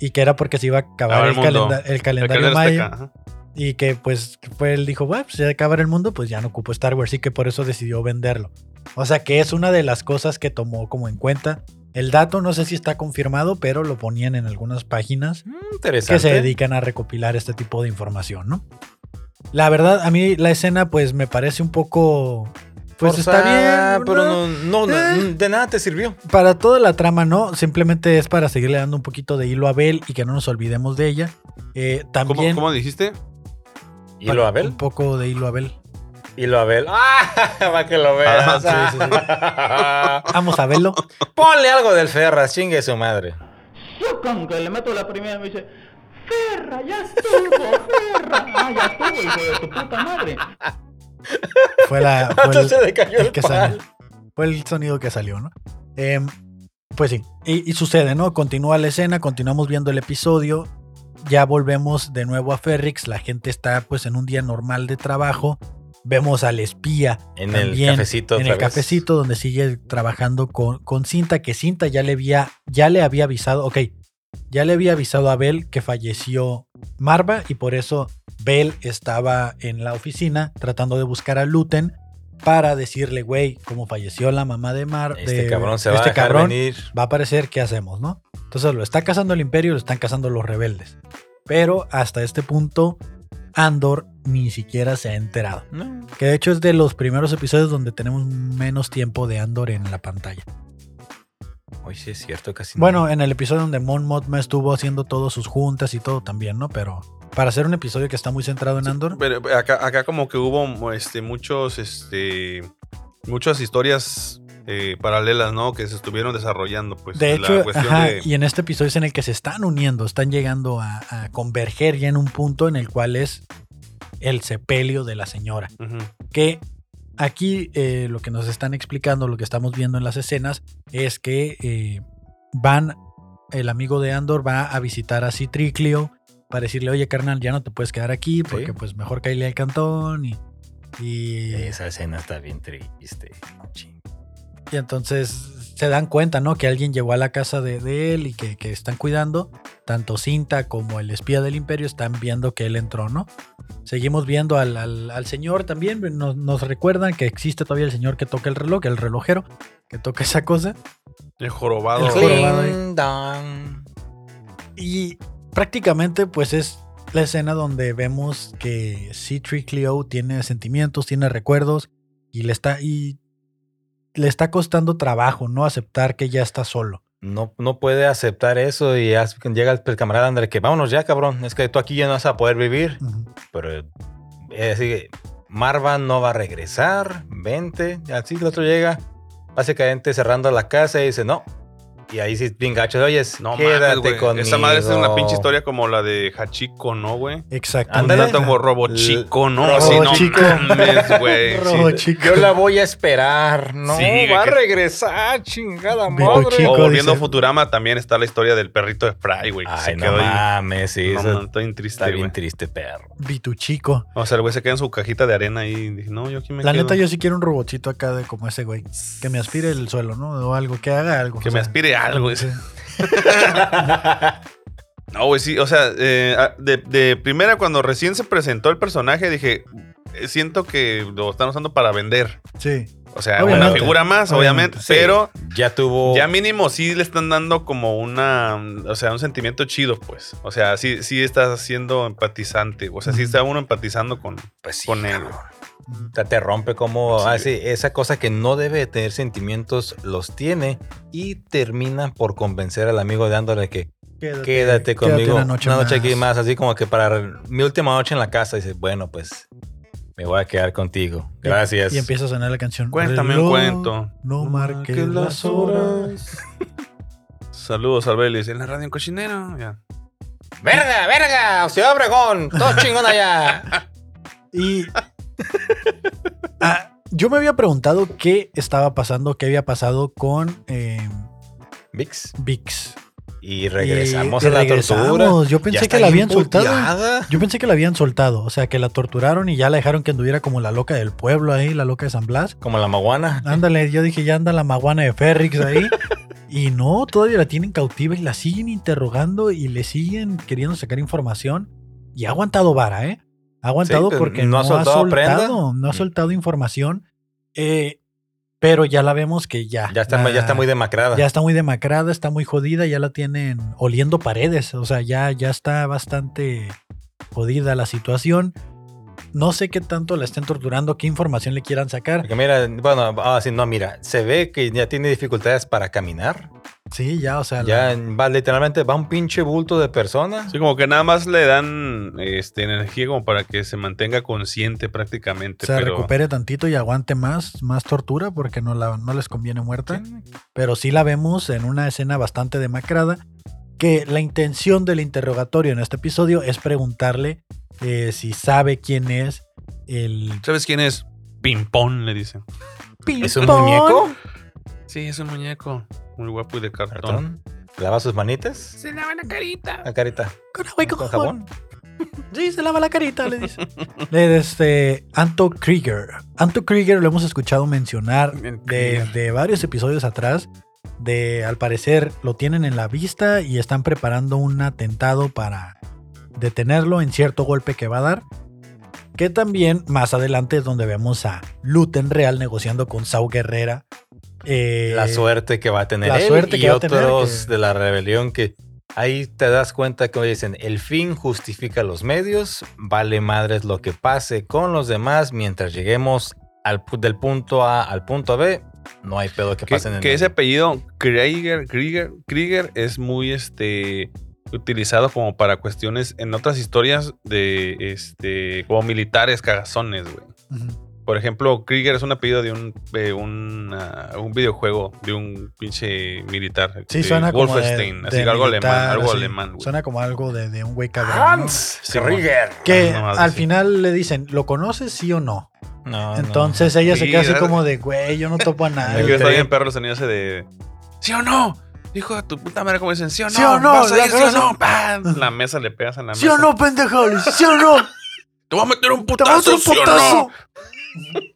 y que era porque se iba a acabar
Acabar
el,
el mundo.
calenda- el
El
calendario
calendario
maya
azteca, ajá.
y que pues fue él dijo, bueno, pues se acaba el mundo, pues ya no ocupo Star Wars y que por eso decidió venderlo. O sea que es una de las cosas que tomó como en cuenta. El dato no sé si está confirmado, pero lo ponían en algunas páginas
Mm,
que
Interesante.
se dedican a recopilar este tipo de información, ¿no? La verdad, a mí la escena pues me parece un poco... Pues está
Forzada,
bien,
pero
¿no?
no, no, no,
Eh.
de nada te sirvió.
para toda la trama, ¿no? Simplemente es para seguirle dando un poquito de hilo a Bel y que no nos olvidemos de ella. Eh,
¿Cómo,
también...
cómo dijiste?
¿Y lo Abel?
Un poco de hilo a Bel.
Y lo Abel. ¡Ah! Para que lo veas.
Ah, sí,
Ah,
Vamos a verlo.
Ponle algo del Ferras, chingue su madre.
Yo con que le meto la primera me dice, Ferra, ya estuvo, Ferra, ah, ya estuvo, hijo de tu puta madre.
Fue la. Fue el,
Entonces le cayó
el
el
que
pal.
salió. Fue el sonido que salió, ¿no? Em, pues sí. Y, y sucede, ¿no? Continúa la escena, continuamos viendo el episodio. Ya volvemos de nuevo a Ferrix. La gente está pues en un día normal de trabajo. Vemos al espía
En
También,
el cafecito.
en
otra
el
vez.
cafecito donde sigue trabajando con, con Cinta, que Cinta ya le había, ya le había avisado, ok, ya le había avisado a Bel que falleció Marva y por eso Bel estaba en la oficina tratando de buscar a Luten para decirle, güey, como falleció la mamá de Mar,
Este
de-
cabrón se va
este
a dejar
cabrón
venir.
va a aparecer, ¿qué hacemos, no? Entonces lo está cazando el imperio y lo están cazando los rebeldes. Pero hasta este punto, Andor ni siquiera se ha enterado.
No.
Que de hecho es de los primeros episodios donde tenemos menos tiempo de Andor en la pantalla.
Hoy sí es cierto, casi
Bueno,
no.
en el episodio donde Mon Mothma estuvo haciendo todas sus juntas y todo también, ¿no? Pero para hacer un episodio que está muy centrado en Andor,
Pero acá, acá como que hubo este, muchos, este, muchas historias eh, paralelas, ¿no? Que se estuvieron desarrollando, pues.
de
la
hecho,
cuestión
ajá,
de-
y en este episodio es en el que se están uniendo, están llegando a, a converger ya en un punto en el cual es el sepelio de la señora.
Ujú.
que aquí eh, lo que nos están explicando, lo que estamos viendo en las escenas, es que eh, van, el amigo de Andor va a visitar a Citriclio para decirle, oye carnal, ya no te puedes quedar aquí porque
Sí. Eh,
pues mejor caíle al cantón y... Y,
Esa escena está bien triste. No ching.
y entonces se dan cuenta, ¿no? Que alguien llegó a la casa de, de él y que, que están cuidando. Tanto Cinta como el espía del imperio están viendo que él entró, ¿no? Seguimos viendo al, al- al señor también. Nos, nos recuerdan que existe todavía el señor que toca el reloj, el relojero, que toca esa cosa.
El jorobado.
El jor- jorobado ahí.
Ding dong.
Y prácticamente pues es la escena donde vemos que C-3CLIO tiene sentimientos, tiene recuerdos y le está... Y, le está costando trabajo no aceptar que ya está solo.
No, no puede aceptar eso y haz- llega el, el camarada André que vámonos ya, cabrón. Es que tú aquí ya no vas a poder vivir.
Ujú.
Pero eh, así que Marva no va a regresar. Vente. Así el otro llega, básicamente cerrando la casa y dice no. Y ahí sí, bien gacho. Oye,
No
quédate
mames, güey.
conmigo.
Esa madre es una pinche historia como la de Hachico, ¿no, güey?
Exactamente.
Ándale.
Tanto como Robo Chico, ¿no?
Robo
Así, no
Chico.
mames, güey. Sí.
Robo chico.
Yo la voy a esperar. No,
Sí,
va a
que-
regresar, chingada
Beto
madre.
Chico.
O volviendo a
dice.
Futurama también está la historia del perrito de Fry, güey. que
Ay,
se
no
quedó ahí.
mames, sí.
No,
eso
no, estoy
está
triste,
bien
güey.
triste, perro.
Vituchico.
O sea, el güey se queda en su cajita de arena ahí y dije, no, yo aquí me
La
quedo.
neta, yo sí quiero un robotito acá de como ese güey. Que me aspire el suelo, ¿no? O algo, que haga algo.
Que
o
me
sea,
aspire algo. dice.
sí.
No, güey, sí. O sea, eh, a- de, de primera, cuando recién se presentó el personaje, dije, eh, siento que lo están usando para vender.
Sí.
O sea, una
Obviamente.
figura más,
Obviamente,
obviamente.
Sí,
Pero
ya tuvo.
Ya mínimo sí le están dando como una, mm, o sea, un sentimiento chido, pues. O sea, sí, sí estás siendo empatizante. O sea, sí está uno empatizando con,
pues sí,
con él.
cabrón. O sea, te rompe como
Sí.
así, esa cosa que no debe de tener sentimientos, los tiene y termina por convencer al amigo de Andor de que
Quédate,
quédate conmigo
una
una
noche
noche,
más.
aquí más, así como que para mi última noche en la casa. Dice, bueno, pues me voy a quedar contigo.
Y-
Gracias.
Y empieza a sonar la canción.
Cuéntame
Reloj,
un cuento.
No marques las horas.
Saludos al Belis. En la radio en cochinero. Ya.
Ah.
¡Verga, verga! ¡Ciudad Obregón! ¡Todo chingón allá!
Y. Ah, yo me había preguntado qué estaba pasando, qué había pasado con eh,
Vix.
Vix.
Y regresamos
Y- y
a la
regresamos.
tortura.
Yo
Ya
pensé
está
que la
bien
habían soltado.
puteada.
Yo pensé que la habían soltado, o sea, que la torturaron y ya la dejaron que anduviera como la loca del pueblo ahí, la loca de San Blas.
Como la maguana.
Ándale, yo dije, ya anda la maguana de Ferrix ahí. y no, todavía la tienen cautiva y la siguen interrogando y le siguen queriendo sacar información. Y ha aguantado vara, ¿eh? Ha aguantado
Sí, pues,
porque no
¿no
ha
ha
soltado,
soltado prenda? Mm.
no ha soltado información. Eh, pero ya la vemos que ya.
Ya está,
la-
ya está muy demacrada.
Ah. ya está muy demacrada, está muy jodida, ya la tienen oliendo paredes, o sea, ya, ya está bastante jodida la situación. No sé qué tanto la estén torturando, qué información le quieran sacar.
ah, Porque mira, bueno, así no, mira, se ve que ya tiene dificultades para caminar.
Sí, ya, o sea.
Ya
la-
va, literalmente va un pinche bulto de persona.
Sí, como que nada más le dan este, energía como para que se mantenga consciente
o
prácticamente.
sea,
pero
recupere tantito y aguante más, más tortura porque no, la, no les conviene muerta. Pero sí la vemos en una escena bastante demacrada. Que la intención del interrogatorio en este episodio es preguntarle eh, si sabe quién es el.
¿Sabes quién es? Pimpón, le dicen.
¿Es un muñeco?
Sí, es un muñeco. Muy guapo y de cartón.
Perdón. ¿Lava sus manitas?
Se lavan la carita.
La carita.
Con agua y con
¿Con
jabón. Sí, se lava la carita, le dice. Le- Este, Anto Krieger. Anto Krieger lo hemos escuchado mencionar
El Krieger.
desde varios episodios atrás. De al parecer lo tienen en la vista y están preparando un atentado para detenerlo en cierto golpe que va a dar. Que también más adelante es donde vemos a Luten Real negociando con Sau Guerrera. Eh,
La suerte que va a tener
la
él
suerte
y
que va a tener,
otros
que-
de la rebelión que ahí te das cuenta que dicen el fin justifica los medios, vale madres lo que pase con los demás mientras lleguemos al pu- del punto A al punto B, no hay pedo que,
Que,
pasen en
que
el-
ese apellido Krieger, Krieger, Krieger es muy este utilizado como para cuestiones en otras historias de este como militares cagazones, güey.
ujú,
Por ejemplo, Krieger es un apellido de un, de una- un videojuego de un pinche militar.
Sí,
de
suena como. de-
Wolfenstein,
de
así algo alemán,
militar,
algo
así.
alemán, güey.
Suena como algo de, de un güey cabrón. ¿no?
Hans
Sí,
Krieger.
Que
Ah, no,
al
sí.
final le dicen, ¿lo conoces sí o no?
No, no.
Entonces ella se
Sí,
queda así
¿verdad?
como de, güey, yo no topo a
Aquí
nadie.
Yo-
está
Te-
bien perro el sonido ese de ¿Sí o no? Hijo de tu puta madre, como dicen, ¿sí o no?
¿Sí o no?
¿Vas a
¿La
ir, sí o
conoces?
no? ¡Pam! La mesa le pegas a la
¿Sí
mesa.
o no, pendejo? Le dice, ¿Sí o no?
¡Te voy a meter un
¡Te vas a
putazo,
un
¿sí o
putazo!
no?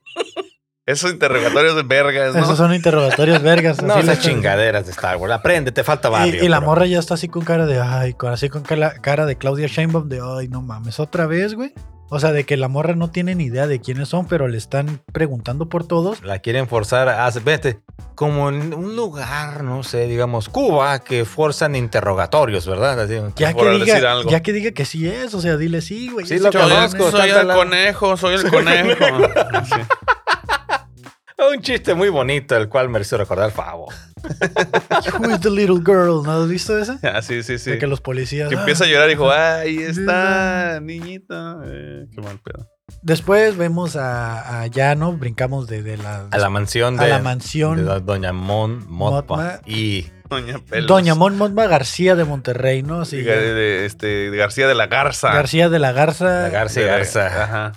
Esos interrogatorios de vergas, ¿no?
Esos son interrogatorios vergas.
No,
así
esas
les-
chingaderas de Star Wars. Aprende, te falta
Y,
barrio.
y la
bro.
morra ya está así con cara de, ay, con, así con cala- cara de Claudia Sheinbaum de, ay, no mames, otra vez, güey. O sea, de que la morra no tiene ni idea de quiénes son, pero le están preguntando por todos.
La quieren forzar a... Vete, como en un lugar, no sé, digamos, Cuba, que forzan interrogatorios, ¿verdad? Así,
Ya que,
Por decir
diga,
algo.
ya que diga que sí es, o sea, dile sí, güey.
Sí,
ese
lo
Soy
cabrón
el-
conozco,
soy el
cántala.
conejo, soy el conejo. Sí.
Un chiste muy bonito, el cual merece recordar Favo.
es- Who is the little girl? ¿No has visto ese?
Ah, sí, sí, sí.
De que
Que
los policías. "Ah".
empieza a llorar y dijo, ahí está, niñita. Eh, qué mal pedo.
Después vemos a, a Yano, brincamos de, de la,
A la mansión de,
a la
de
mansión.
do- Doña Mon Motpa.
Motma.
Y
Doña Pelos.
Doña Mon Motma García de Monterrey, ¿no? Así,
Y Gar- de- este, García de la Garza.
García de la Garza.
la Garza y
De la-
Garza.
Ajá.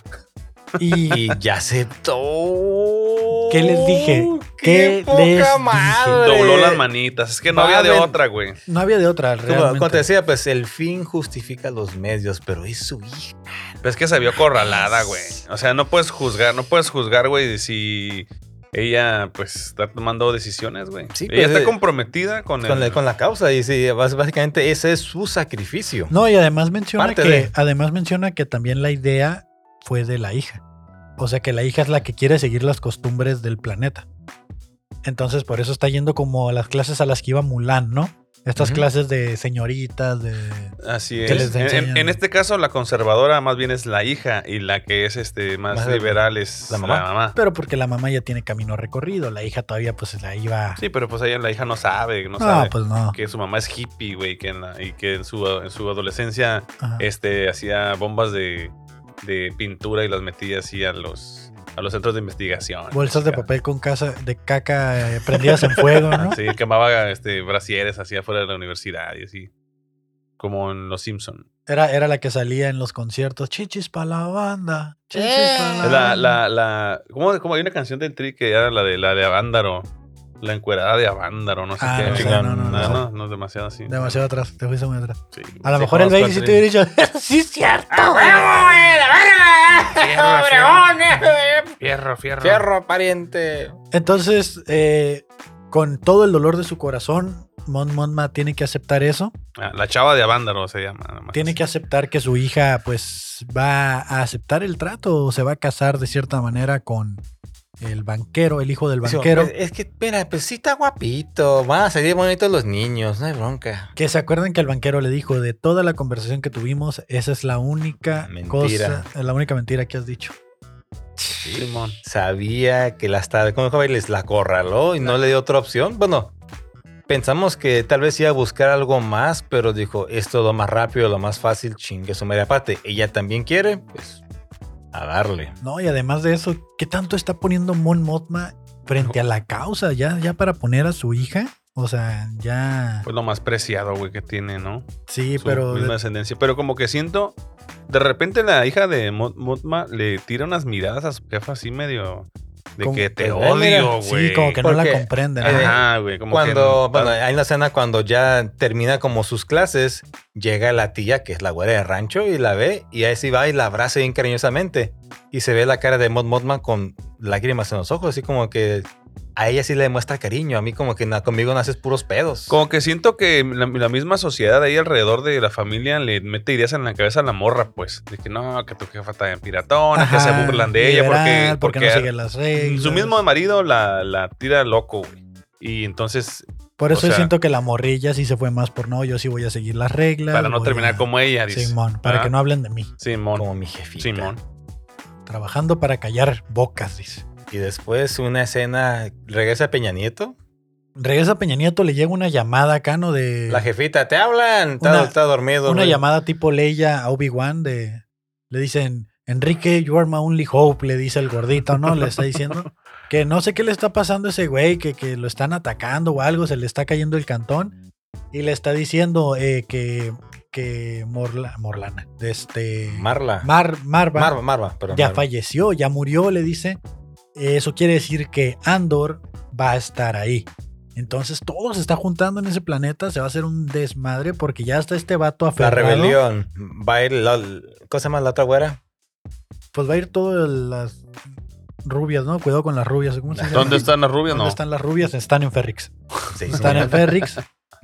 y
Y ya aceptó.
¿Qué les dije? ¿Qué
poca
les dije?
Dobló las manitas. Es que no había de
Mamen.
otra, güey.
no había de otra,
Como-
realmente.
Como te decía, pues el fin justifica los medios, pero es su hija.
Pero Pues es que se vio corralada, güey. O sea, no puedes juzgar, no puedes juzgar, güey, si ella, pues, está tomando decisiones, güey.
Sí,
ella
pues,
está
eh,
comprometida con,
Con la,
el...
con la causa. Y sí, bas- básicamente ese es su sacrificio.
No, y además menciona
Parte
que
de-
además menciona que también la idea fue de la hija. O sea que la hija es la que quiere seguir las costumbres del planeta. Entonces por eso está yendo como a las clases a las que iba Mulan, ¿no? Estas
Ujú.
clases de señoritas, de...
Así
que
es.
les
En,
enseñan.
en- en este caso, la conservadora más bien es la hija y la que es este más,
Más
liberal es
la
la
mamá.
mamá.
Pero porque la mamá ya tiene camino recorrido, la hija todavía pues la iba...
Sí, pero pues ella, la hija no sabe, no
no,
sabe
pues no.
que su mamá es hippie, güey, que en la- y que en su, en su adolescencia
Ajá.
este hacía bombas de, de pintura y las metía así a los a los centros de investigación.
Bolsas de
Acá.
papel con casa de caca eh, prendidas en fuego, ¿no?
Sí, quemaba este brasieres así afuera de la universidad y así. Como en Los Simpson.
Era, era la que salía en los conciertos. Chichis pa' la banda. Chichis pa' la
Es La,
banda".
la, la, ¿cómo, cómo hay una canción del Tri que era la de la de Avándaro? La encuerada de Avándaro, no sé
Ah,
qué.
no,
sí,
no,
no, no, no,
no,
no.
no es demasiado así.
Demasiado atrás, te fuiste muy atrás.
Sí.
A lo
Sí,
mejor el
conozco
baby
el
sí te hubiera dicho, sí, es cierto.
Ah,
Fierro, fierro.
Fierro, pariente.
Entonces, eh, con todo el dolor de su corazón, Mon Monma tiene que aceptar eso.
Ah, la chava de Avándaro se llama. nada más.
Tiene que aceptar que su hija, pues, va a aceptar el trato o se va a casar de cierta manera con el banquero, el hijo del
Dice,
banquero.
"Pues, es que, mira, pues sí está guapito. Van a salir bonitos los niños, no hay bronca.
Que se acuerdan que el banquero le dijo de toda la conversación que tuvimos, esa es la única
Mentira.
cosa, la única mentira que has dicho.
Simón.
Sabía que la estaba. ¿Cómo dijo Bailes? La corraló y no le dio otra opción. Bueno, Pensamos que tal vez iba a buscar algo más, pero dijo, esto es lo más rápido, lo más fácil, chingue su media parte. Ella también quiere, pues, a darle.
No, y además de eso, ¿qué tanto está poniendo Mon Mothma frente a la causa? ¿Ya, ya para poner a su hija? O sea, ya.
Pues lo más preciado, güey, que tiene, ¿no?
Sí,
Su
pero.
misma ascendencia. Pero como que siento. De repente la hija de Mo- Motma le tira unas miradas a su jefa así medio. De
como-
que te
eh, mira,
odio, güey.
Sí, como que no la
Porque-
comprenden. ¿no?
Ajá, güey. Como
cuando,
que.
bueno, hay una escena cuando ya termina como sus clases, llega la tía, que es la güera de rancho, y la ve, y ahí sí va y la abraza bien cariñosamente. Y se ve la cara de Mod Modman con lágrimas en los ojos, así como que a ella sí le demuestra cariño, a mí como que na- conmigo naces puros pedos.
Como que siento que la, la misma sociedad ahí alrededor de la familia le mete ideas en la cabeza a la morra, pues. De que no, que tu jefa está en piratona, que se
Ajá,
burlan de ella
liberal,
porque, porque, mm,
no sigue las reglas.
su mismo marido la, la tira loco, güey. Y entonces,
Por eso
o sea-
siento que la morrilla sí se fue más por no, yo sí voy a seguir las reglas.
para no
voy
terminar
a-
como ella, dice.
Simón, para
Ah.
que no hablen de mí.
Simón.
como mi jefita.
Simón.
Trabajando para callar bocas, dice.
Y después una escena, regresa Peña Nieto,
Regresa Peña Nieto, le llega una llamada acá, ¿no? De.
la jefita, te hablan, está,
Una-
está dormido.
una
güey.
llamada tipo Leia a Obi-Wan de. Le dicen, Enrique, you are my only hope, le dice el gordito, ¿no? Le está diciendo que no sé qué le está pasando a ese güey, que, que lo están atacando o algo, se le está cayendo el cantón. Y le está diciendo eh, que, que Morla- Morlana, de este.
Marla.
Mar, Marva,
Marva, Marva, perdón,
ya
Marva.
falleció, ya murió, le dice. Eso quiere decir que Andor va a estar ahí. Entonces todo se está juntando en ese planeta, se va a hacer un desmadre porque ya está este vato
La
aferrado.
rebelión. Va a ir la, ¿Cómo se llama la otra güera?
Pues va a ir todas las rubias, ¿no? Cuidado con las rubias. ¿Cómo se llama?
¿Dónde están las rubias?
¿Dónde
No.
están las rubias? Están en Ferrix.
Sí,
Están en Ferrix.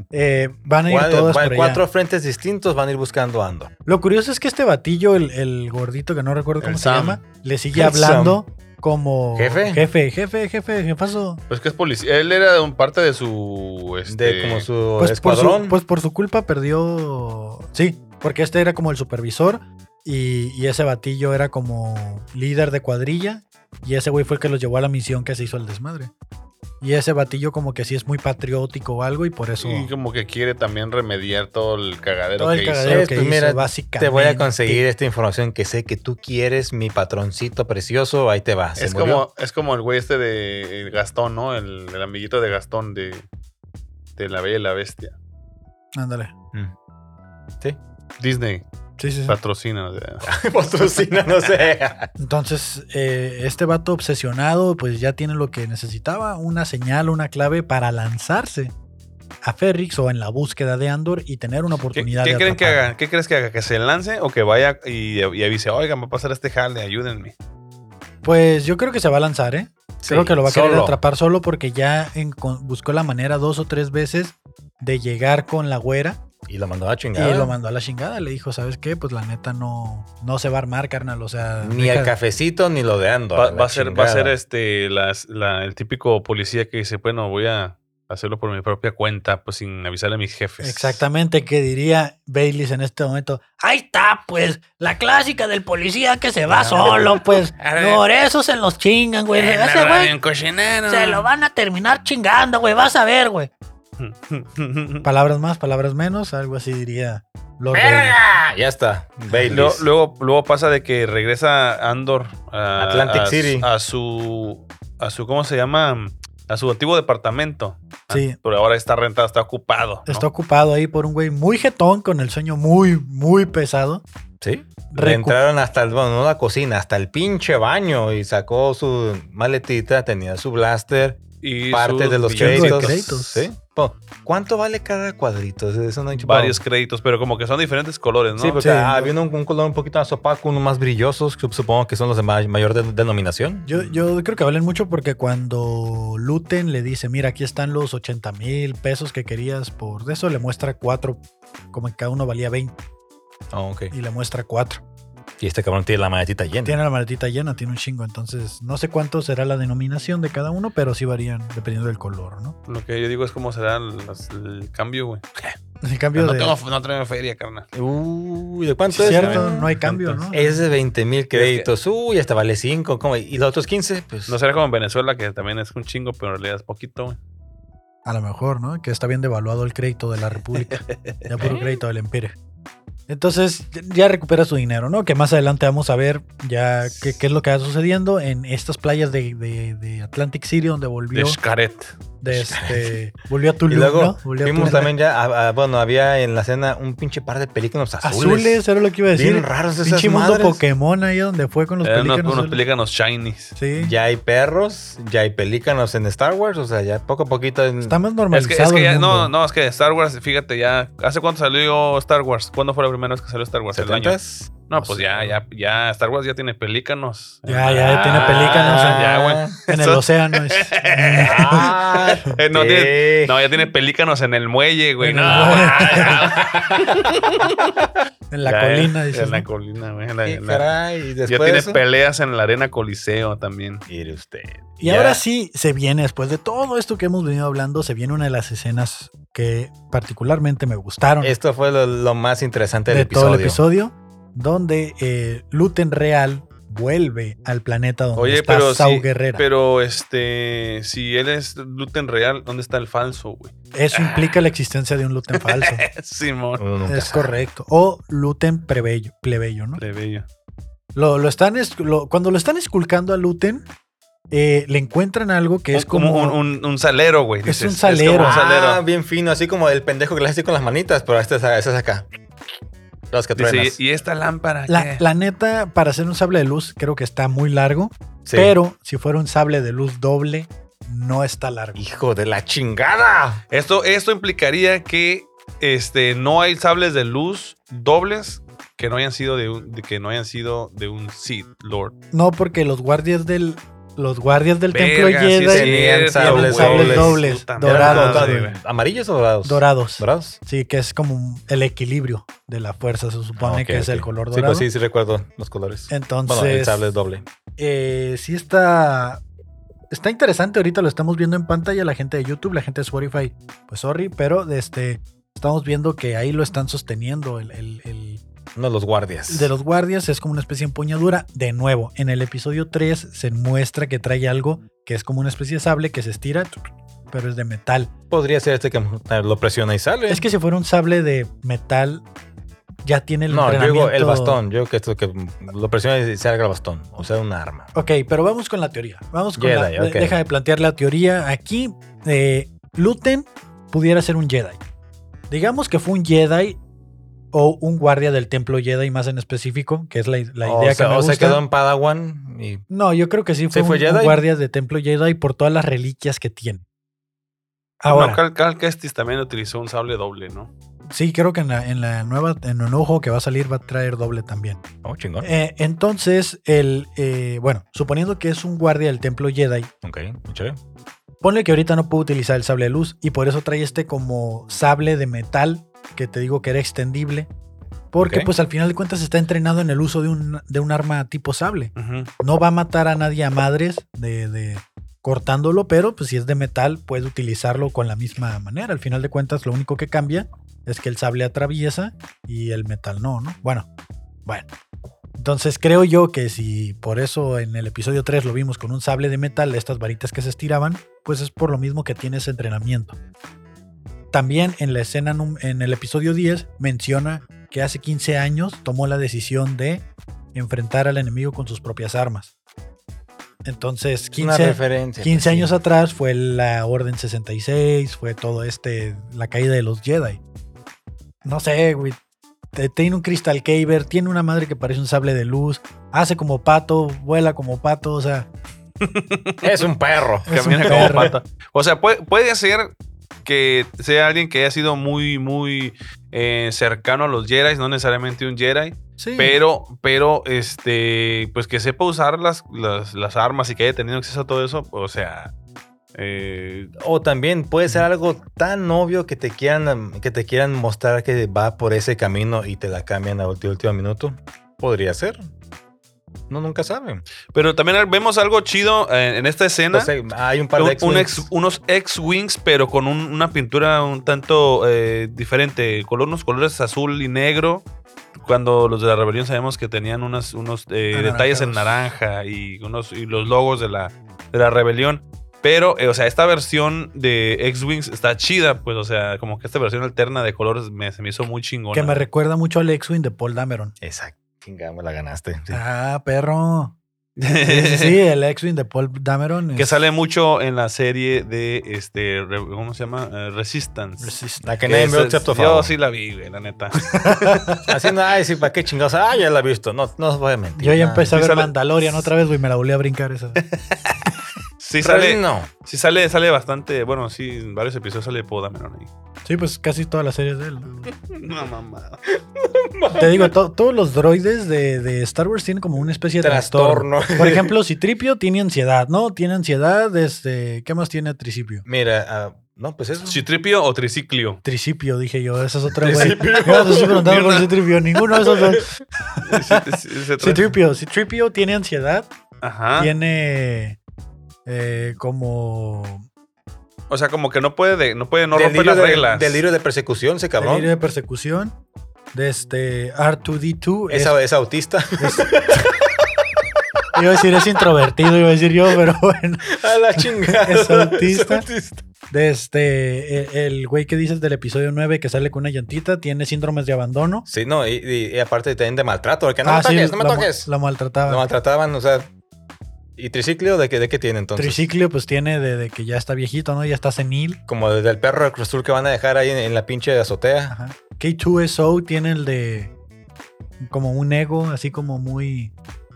Eh, van a ir
Cuatro-
todas
va-
por allá.
cuatro frentes distintos van a ir buscando a Andor.
Lo curioso es que este batillo, el, el gordito que no recuerdo cómo
El
se
Sam.
llama, le sigue
El
hablando como
¿Jefe?
jefe, jefe, jefe, jefazo.
Pues que es policía. Él era un parte de su. Este,
De como su
Pues por,
escuadrón.
su, pues por su culpa perdió. Sí, porque este era como el supervisor y, y ese batillo era como líder de cuadrilla y ese güey fue el que los llevó a la misión que se hizo el desmadre. Y ese batillo como que sí es muy patriótico o algo y por eso
Y como que quiere también remediar todo el cagadero
todo el
que hizo.
cagadero
Es,
que
pues,
hizo,
mira,
básicamente.
te voy a conseguir esta información que sé que tú quieres, mi patroncito precioso. Ahí te va. Se
Es
murió.
como, es como el güey este de el Gastón, ¿no? El, el amiguito de Gastón de, de La Bella y la Bestia.
Ándale.
Disney
Sí, sí, sí.
patrocina. o sea.
Patrocina, no sé.
Entonces, eh, este vato obsesionado, pues ya tiene lo que necesitaba, una señal, una clave para lanzarse a Ferrix o en la búsqueda de Andor y tener una
¿Qué,
oportunidad
qué
de
creen que
atraparlo.
haga? ¿Qué crees que haga? ¿Que se lance o que vaya y, y avise? Oigan, va a pasar este jale, ayúdenme.
Pues yo creo que se va a lanzar, ¿eh? Creo
Sí,
que lo va a querer
solo.
atrapar solo porque ya encon- buscó la manera dos o tres veces de llegar con la güera
Y lo mandó a
y
chingar.
lo mandó a la chingada. Le dijo, ¿sabes qué? Pues la neta no, no se va a armar, carnal. O sea,
Ni
deja-
el cafecito ni lo de Andor.
Va,
la
va a ser, va a ser
chingada.
este las- la- el típico policía que dice, bueno, voy a hacerlo por mi propia cuenta, pues sin avisarle a mis jefes.
Exactamente, que diría Baileys en este momento. Ahí está, pues, la clásica del policía que se
Ah.
va solo, pues.
Arre.
Por eso se los chingan, güey.
Eh,
En la
Ese
radio
güey
en cocinero.
se lo van a terminar chingando, güey. Vas a ver, güey. Palabras más, palabras menos, algo así diría Lord Bailey.
Ah, ya está. Baileys.
Luego, luego, luego pasa de que regresa Andor a
Atlantic
a su-
City.
A su, a su, ¿cómo se llama? A su antiguo departamento. Ah,
Sí.
Pero ahora está rentado, está ocupado. ¿no?
Está ocupado ahí por un güey muy jetón, con el sueño muy, muy pesado.
Sí.
Recu-
Le entraron hasta el, bueno, no la cocina, hasta el pinche baño y sacó su maletita, tenía su blaster,
Y
parte
sus
de los
billetes,
Chingo
créditos.
de créditos.
¿sí? Po- ¿Cuánto vale cada cuadrito? Eso no hay
Varios créditos, pero como que son diferentes colores, ¿no?
Sí, porque
Sí.
ah, había uno- un, color un poquito más opaco, uno más brilloso, que supongo que son los de ma- mayor de- denominación.
Yo,
Mm.
yo creo que valen mucho porque cuando Luten le dice, mira, aquí están los 80 mil pesos que querías por de eso, le muestra cuatro, como que cada uno valía 20
Ah, ok.
y le muestra cuatro.
Y este cabrón tiene la maletita
Mm.
llena.
Tiene la maletita llena, tiene un chingo, entonces no sé cuánto será la denominación de cada uno, pero sí varían dependiendo del color, ¿no?
Lo que yo digo es cómo será las- el cambio, güey.
El cambio
No
de...
tengo, no tengo feria, carnal.
Uy, ¿de cuánto
Sí,
es?
cierto,
Ah,
no hay cambio, ¿no?
Es de 20 mil créditos. Uy, hasta vale 5. ¿Y los otros 15? Pues
No será como en Venezuela, que también es un chingo, pero en realidad es poquito, güey.
A lo mejor, ¿no? Que está bien devaluado el crédito de la República. Ya puro crédito del Empire. Entonces, ya recupera su dinero, ¿no? Que más adelante vamos a ver ya qué, qué es lo que va sucediendo en estas playas de, de- de Atlantic City, donde volvió,
De Xcaret.
de este, volvió a Tulum,
Y luego
¿no? Volvió a
vimos
Tulum.
también ya, a- a- bueno, había en la cena un pinche par de películas azules.
Azules, era lo que iba a decir.
Bien raros esas
Pinche mundo
madres.
Pokémon ahí donde fue con los
Eran unos,
pelícanos.
unos
azules.
pelícanos shinies.
Sí.
Ya hay perros, ya hay pelícanos en Star Wars, o sea, ya poco a poquito. en-
Está más
Es que,
normalizado.
es que ya,
el
no,
mundo.
no, es que Star Wars, fíjate ya. ¿Hace cuánto salió Star Wars? ¿Cuándo fue la primera vez que salió Star Wars? ¿El año?
70s.
No, pues ya, ya, ya. Star Wars ya tiene pelícanos.
Ya,
Ah,
ya tiene pelícanos en,
ya, güey.
en el
Eso-
océano. es-
Ah,
Eh, no,
sí.
tiene- no, ya tiene pelícanos en el muelle, güey.
En
No,
el en la
Ya,
colina.
eh,
dices,
En la
¿no?
colina, güey. en la-
Sí,
en la-
caray, y
ya
después de
tiene
eso-
peleas en la arena Coliseo también.
Mire usted.
Y ahora sí se viene, después de todo esto que hemos venido hablando, se viene una de las escenas que particularmente me gustaron
Este
Esto fue lo, lo más interesante
de
del episodio.
todo el episodio, donde eh, Luten Real vuelve al planeta donde
Oye,
está
pero
Sau
sí,
Guerrera.
Pero este, si él es gluten real, ¿dónde está el falso, güey?
Eso implica la existencia de un Luten falso.
Simón.
Uno nunca
es
sabe.
correcto. O Luten plebeyo, plebeyo ¿no?
Plebeyo.
Lo, lo están es- lo- cuando lo están esculcando a Luten, eh, le encuentran algo que es
Un- Ah, como
como,
un, un- un salero, güey.
Es
dices.
un
como
salero.
un salero.
Ah, bien fino, así como el pendejo que le hace con las manitas, pero este es, este es acá. Los que
Dice,
truenas.
¿y y esta lámpara
la,
qué?
la neta, para hacer un sable de luz, creo que está muy largo.
Sí.
Pero si fuera un sable de luz doble, no está largo.
Hijo de la chingada.
Esto, esto implicaría que este, no hay sables de luz dobles que no hayan sido de un, de- que no hayan sido de un Sith Lord.
No, porque los guardias del. Los guardias del templo
Verga, sí,
Jedi
sí,
Tenían
cierto,
sables
güey.
dobles.
Dobles,
Puta madre.
dorados,
Ah, sí,
güey.
güey.
¿Amarillos o dorados?
dorados.
¿Dorados?
Sí, que es como un- el equilibrio de la fuerza, se supone
Ah, ok,
que es
ok.
el color
Sí,
dorado.
pues sí, sí recuerdo los colores.
Entonces,
Bueno, el sable es doble.
eh, sí está. Está interesante, ahorita lo estamos viendo en pantalla la gente de YouTube, la gente de Spotify. Pues sorry, pero este, estamos viendo que ahí lo están sosteniendo el- el- el,
Uno de los guardias.
de los guardias es como una especie de empuñadura. De nuevo, en el episodio 3 se muestra que trae algo que es como una especie de sable que se estira, pero es de metal.
Podría ser este que lo presiona y sale.
Es que si fuera un sable de metal, ya tiene el
no, yo digo el
entrenamiento-
bastón. Yo creo que esto que lo presiona y salga el bastón. O sea, un arma.
Ok, pero vamos con la teoría. Vamos con la-
Jedi, ok.
Deja de plantear la teoría. Aquí, eh, Luten pudiera ser un Jedi. Digamos que fue un Jedi o un guardia del templo Jedi más en específico, que es la, la idea
o
que
sea,
me
o se
gusta.
quedó en Padawan y
No, yo creo que sí fue,
fue
un, un
Jedi?
guardia de templo Jedi por todas las reliquias que tiene.
Ah,
No,
Ahora,
Cal, Cal Kestis también utilizó un sable doble, ¿no?
sí, creo que en la, en la nueva, en un ojo que va a salir va a traer doble también.
Oh, chingón.
Eh, entonces, el, eh, bueno, suponiendo que es un guardia del templo Jedi,
ok, muy chévere.
ponle que ahorita no puede utilizar el sable de luz y por eso trae este como sable de metal que te digo que era extendible. Porque
Ok.
pues al final de cuentas está entrenado en el uso de un, de un arma tipo sable.
Ujú.
no va a matar a nadie a madres de, de- cortándolo, pero pues si es de metal, puedes utilizarlo con la misma manera. Al final de cuentas, lo único que cambia es que el sable atraviesa y el metal no, ¿no? Bueno, bueno. Entonces creo yo que si por eso en el episodio 3 lo vimos con un sable de metal, estas varitas que se estiraban, pues es por lo mismo que tiene ese entrenamiento. También en la escena, num- en el episodio 10, menciona que hace 15 años tomó la decisión de enfrentar al enemigo con sus propias armas. Entonces,
Una
15,
referencia.
15
pues, sí.
años atrás fue la Orden 66, fue todo este, la caída de los Jedi. No sé, güey. te- Tiene un Crystal Caber, tiene una madre que parece un sable de luz, hace como pato, vuela como pato, o sea,
Es un perro.
es un
Camina como
perro.
pata. O sea, puede, puede ser que sea alguien que haya sido muy, muy eh, cercano a los Jedi, no necesariamente un Jedi,
Sí.
pero, pero, este, pues que sepa usar las, las, las armas y que haya tenido acceso a todo eso, o sea, eh,
O también puede ser algo tan obvio que te quieran, que te quieran mostrar que va por ese camino y te la cambian a último, último minuto. Podría ser. No, nunca saben.
pero también vemos algo chido eh, en esta escena.
O sea, hay un par
Un-
de
un
X-Wings.
ex- unos X-Wings, pero con un- una pintura un tanto eh, diferente. Color, unos colores azul y negro. Cuando los de la rebelión sabemos que tenían unas, unos eh, detalles en naranja y, unos, y los logos de la, de la rebelión. Pero, eh, o sea, esta versión de X-Wings está chida, pues, o sea, como que esta versión alterna de colores me, se me hizo muy chingona.
Que me recuerda mucho al X-Wing de Paul Dameron.
Exacto. Chinga, me la ganaste. sí.
Ah, perro. Sí, sí, sí, el X-Wing de Paul Dameron.
que
es
sale mucho en la serie de, este, re- ¿cómo se llama? Eh, Resistance.
Resist-
La que nadie
Esa
vio
es-
excepto
Yo
Fabo.
sí la vi, güey, la neta.
Haciendo, ay, sí, ¿para qué chingados? Ah, ya la he visto. No, no os voy a mentir.
Yo ya
Ah,
empecé a
sí
ver
sale-
Mandalorian otra vez, güey, me la volví a brincar esa.
Sí
pero
sale,
No.
sí sale, sale bastante, bueno, sí, en varios episodios sale Podameron ahí.
Sí, pues casi todas las series de él.
No, mamá.
Te digo, to- todos los droides de, de Star Wars tienen como una especie de trastorno.
Trastorno.
Por ejemplo, Citripio tiene ansiedad, ¿no? Tiene ansiedad, este, ¿qué más tiene Tricipio?
Mira, ah, no, pues eso.
¿Citripio o triciclio?
Tricipio, dije yo, esa es otra güey. Yo te estoy preguntando por
Mierda.
Citripio, ninguno de esos dos.
Se tra-
Citripio, Citripio tiene ansiedad,
Ah.
Ajá.
tiene eh, como
O sea, como que no puede, de- no puede no romper
delirio
las
de-
reglas.
Delirio de persecución, ese
delirio
cabrón.
de persecución, de este R2D2. es-
Esa, es autista.
iba a decir es introvertido, iba a decir yo, pero bueno.
a la chingada.
Es autista.
Es autista.
De este, e- el güey que dices del episodio 9 que sale con una llantita, tiene síndromes de abandono.
Sí, no, y, y- y aparte también de maltrato. de que no
Ah,
me
sí,
toques, no me
la ma-
toques.
La maltrataba.
Lo maltrataban, o sea. ¿Y triciclio de qué, de qué tiene entonces?
Triciclio, pues tiene de, de que ya está viejito, ¿no? Ya está senil.
Como desde el perro de Cruz Azul que van a dejar ahí en, en la pinche azotea.
Ajá. K2SO tiene el de. Como un ego, así como muy.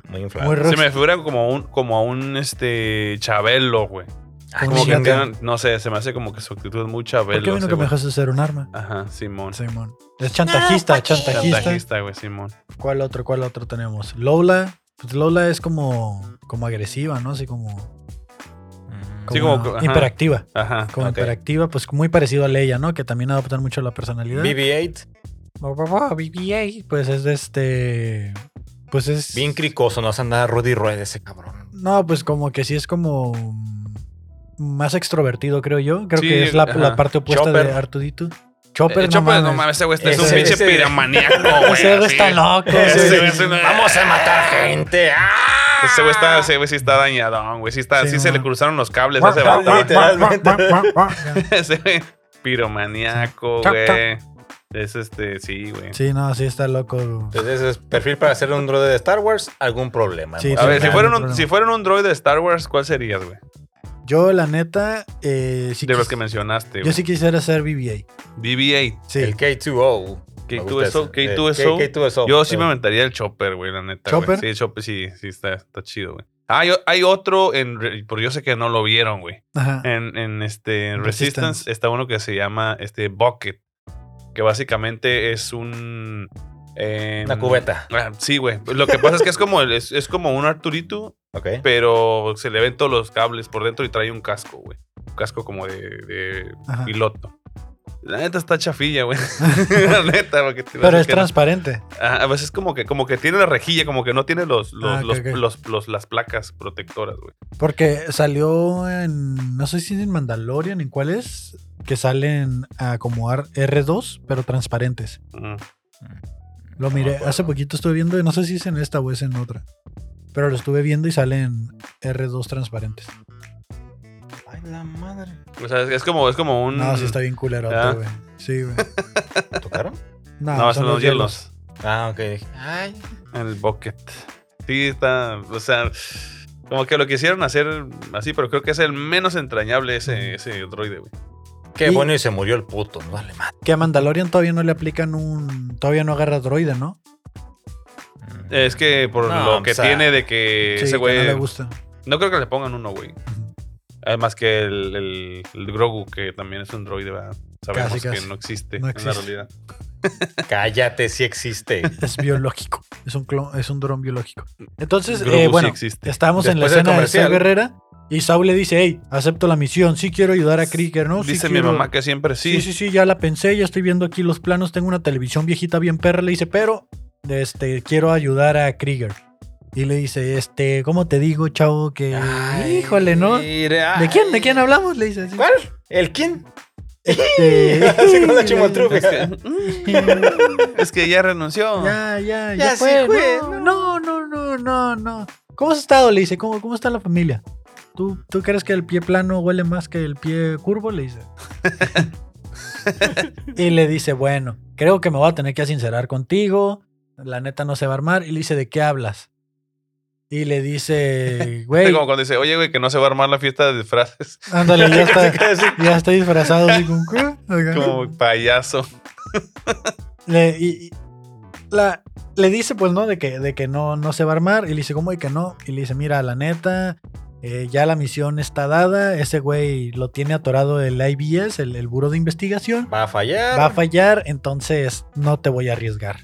Muy inflado.
Muy
Se
rock-
me figura como un, como a un este Chabelo, güey.
Ah,
Como que
Fíjate.
chinga.
tienen- no sé, se me hace como que su actitud es
¿Por
muy
qué
Chabelo.
vino
ese
que me
güey.
dejaste ser un arma?
Ajá, Simón.
Simón. Es chantajista, chantajista.
Chantajista, güey, Simón.
¿Cuál otro, cuál otro tenemos? Lola. Pues Lola es como, como agresiva, ¿no? Así como, como,
Sí, como que- ajá.
hiperactiva.
Ajá.
como
Ok.
hiperactiva, pues muy parecido a Leia, ¿no? Que también adoptan mucho la personalidad.
BB-8,
Bo, bo, bo, BB-8, Pues es de este. Pues es.
bien cricoso, no hace nada Rudy Rueda ese cabrón.
No, pues como que sí es como. mm, Más extrovertido, creo yo. Creo
Sí,
que es la,
ajá.
la parte opuesta
Chopper.
de Artudito. Chopper,
Eh,
no
Chopper, no
mames.
mames, ese güey este es un
Ese-
pinche
ese-
piramaníaco, güey.
Ese güey
así.
está loco.
Ese
sí.
güey es una-
Vamos a matar gente. ¡Ah!
Ese güey está, ese güey sí está dañadón, güey. Sí, está,
Sí,
sí, se
no.
le cruzaron los cables a
Guau,
ese
guau,
vato.
guau,
literalmente.
guau, guau, guau, guau.
ese güey, piromaníaco,
Chop,
güey. Es este, sí, güey.
Sí, no, sí está loco.
Entonces, es perfil para hacer un droide de Star Wars, algún problema.
Sí,
¿no?
A ver, si
claro,
fueran
no
un,
hay
si fueran un droide de Star Wars, ¿cuál serías, güey?
Yo, la neta, eh, sí
De los
quis-
que mencionaste,
yo
güey.
sí quisiera ser BB-8.
BB-8.
Sí.
El K2O. Me
K2SO,
gusta ese.
K2SO.
Eh, K2SO.
Yo sí me
Eh,
aventaría el Chopper, güey, la neta. güey.
¿Chopper?
Sí, el Chopper sí, sí, está, está chido, güey. Ah, yo- hay otro en. Re- Porque yo sé que no lo vieron, güey.
Ajá.
En, en este en Resistance.
Resistance.
está uno que se llama este Bucket. Que básicamente es un. eh,
Una cubeta.
Ah, Sí, güey. Lo que pasa es que es como, el- es, es como un Arturito,
Ok.
pero se le ven todos los cables por dentro y trae un casco, güey. Un casco como de, de
Ajá.
piloto. La neta está chafilla, güey. la neta, porque te-
Pero
no sé
es
qué-
transparente.
Ajá, a veces como que, como que tiene la rejilla, como que no tiene los,
Ah,
los,
ok,
los-
ok.
los- los- las placas protectoras, güey.
Porque salió en. No sé si en Mandalorian, en cuál es. Que salen a como ar- R2, pero transparentes.
Ujú. Ah,
Lo
No me
miré.
acuerdo.
Hace poquito estuve viendo, y no sé si es en esta o es en otra. Pero lo estuve viendo y salen R2 transparentes.
Ay, la madre.
O sea, es, es como, es como un.
No, sí está bien culero,
Mm. Ah.
güey. Sí, güey.
¿Lo ¿Tocaron?
No,
No, son los hielos.
Ah, ok. dije, Ay.
En el bucket. Sí, está. O sea, como que lo quisieron hacer así, pero creo que es el menos entrañable ese, ese droide, güey.
Qué
Y-
bueno y se murió el puto. No vale madre.
Que a Mandalorian todavía no le aplican un. Todavía no agarra droide, ¿no?
Es que por
No,
lo que
o sea,
tiene de que
Sí,
ese
que
güey.
no le
no,
gusta.
creo que le pongan uno, güey. Además que el, el- el Grogu, que también es un droide, ¿verdad? Sabemos
Casi, casi.
que no existe,
No
en
existe.
la realidad.
Cállate, sí existe.
Es biológico. Es un clon, es un dron biológico. Entonces,
Grogu
eh,
sí
bueno,
existe.
estábamos en la
Después del
escena de Saul
comercial.
Guerrera y Saul le dice, hey, acepto la misión, sí quiero ayudar a Krieger, ¿no? Sí
Dice mi
quiero-
mamá que siempre sí.
Sí, sí, sí, ya la pensé, ya estoy viendo aquí los planos, tengo una televisión viejita bien perra, le dice, pero, este, quiero ayudar a Krieger. Y le dice, este, ¿cómo te digo, chavo? Que,
Ay,
híjole, ¿no?
mira,
¿De quién? ¿De
ay.
quién hablamos? Le dice así.
¿Cuál? ¿El quién?
Este,
Así como la chimoltrufe.
Es que ya renunció.
Ya, ya, ya,
Ya
fue.
sí fue,
no, no, no, no, no. ¿Cómo has estado? Le dice, ¿cómo, cómo está la familia? ¿Tú, ¿Tú crees que el pie plano huele más que el pie curvo? Le dice. y le dice, bueno, creo que me voy a tener que sincerar contigo. La neta no se va a armar. Y le dice, ¿de qué hablas? Y le dice,
Es
güey,
como cuando dice, oye, güey, que no se va a armar la fiesta de disfraces.
ándale, ya está,
Casi
ya está disfrazado. así como, ¿qué? Acá.
como payaso.
Le, y- y- la- le dice, pues, ¿no? De que, de que no, no se va a armar. Y le dice, ¿cómo? Y que no. Y le dice, mira, la neta, eh, ya la misión está dada. Ese güey lo tiene atorado el IBS, el, el Buro de Investigación.
Va a fallar.
Va a fallar, entonces no te voy a arriesgar.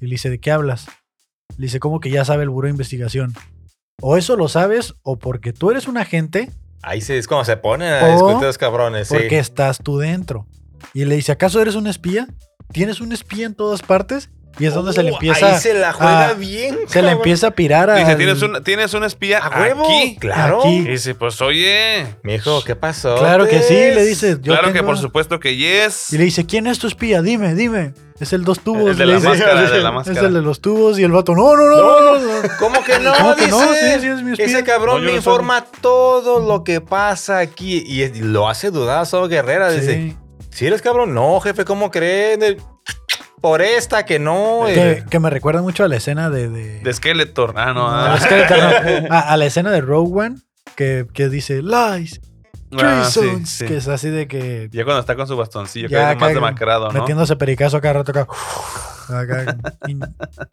Y le dice, ¿de qué hablas? Le dice, ¿cómo que ya sabe el Buro de Investigación? O eso lo sabes, o porque tú eres un agente,
Ahí sí es como se ponen a
O-
discutir los cabrones. Sí.
porque estás tú dentro. Y le dice, ¿acaso eres un espía? ¿Tienes un espía en todas partes? Y es donde se le
Uh,
empieza...
Ahí se la juega
a-
bien.
Se le
cabrón.
empieza a pirar a.
Dice, tienes un, tienes un espía
a huevo.
aquí.
Claro.
Aquí.
Y dice, pues oye,
Mijo, ¿qué pasó? Pues,
Claro que sí, le dice. yo
claro que
tengo-
por supuesto que yes.
Y le dice, ¿quién es tu espía? Dime, dime. Es el dos tubos.
El de
le
la
dice.
máscara, el de la
Es
máscara.
el de los tubos y el vato. No, no, no. no, no, no".
¿Cómo que no?
¿Cómo que
dice?
no? Sí, sí, es mi espía.
Ese
No,
cabrón
yo
me
no
informa todo lo que pasa aquí. Y es- y lo hace dudar a Sol Guerrera. Dice,
Sí.
si eres cabrón, no, jefe, ¿cómo creen? El- Por esta que no.
Que,
eh.
que me recuerda mucho a la escena de. de-
De Skeletor. Ah, no.
No,
ah.
es que- no, a, a la escena de Rogue One que, que dice Lies,
Ah, sí,
Jasons.
sí.
Que es así de que.
Ya cuando está con su bastoncillo, que
Ya,
es más
acá,
demacrado, ¿no?
metiéndose pericazo cada rato acá, acá, in-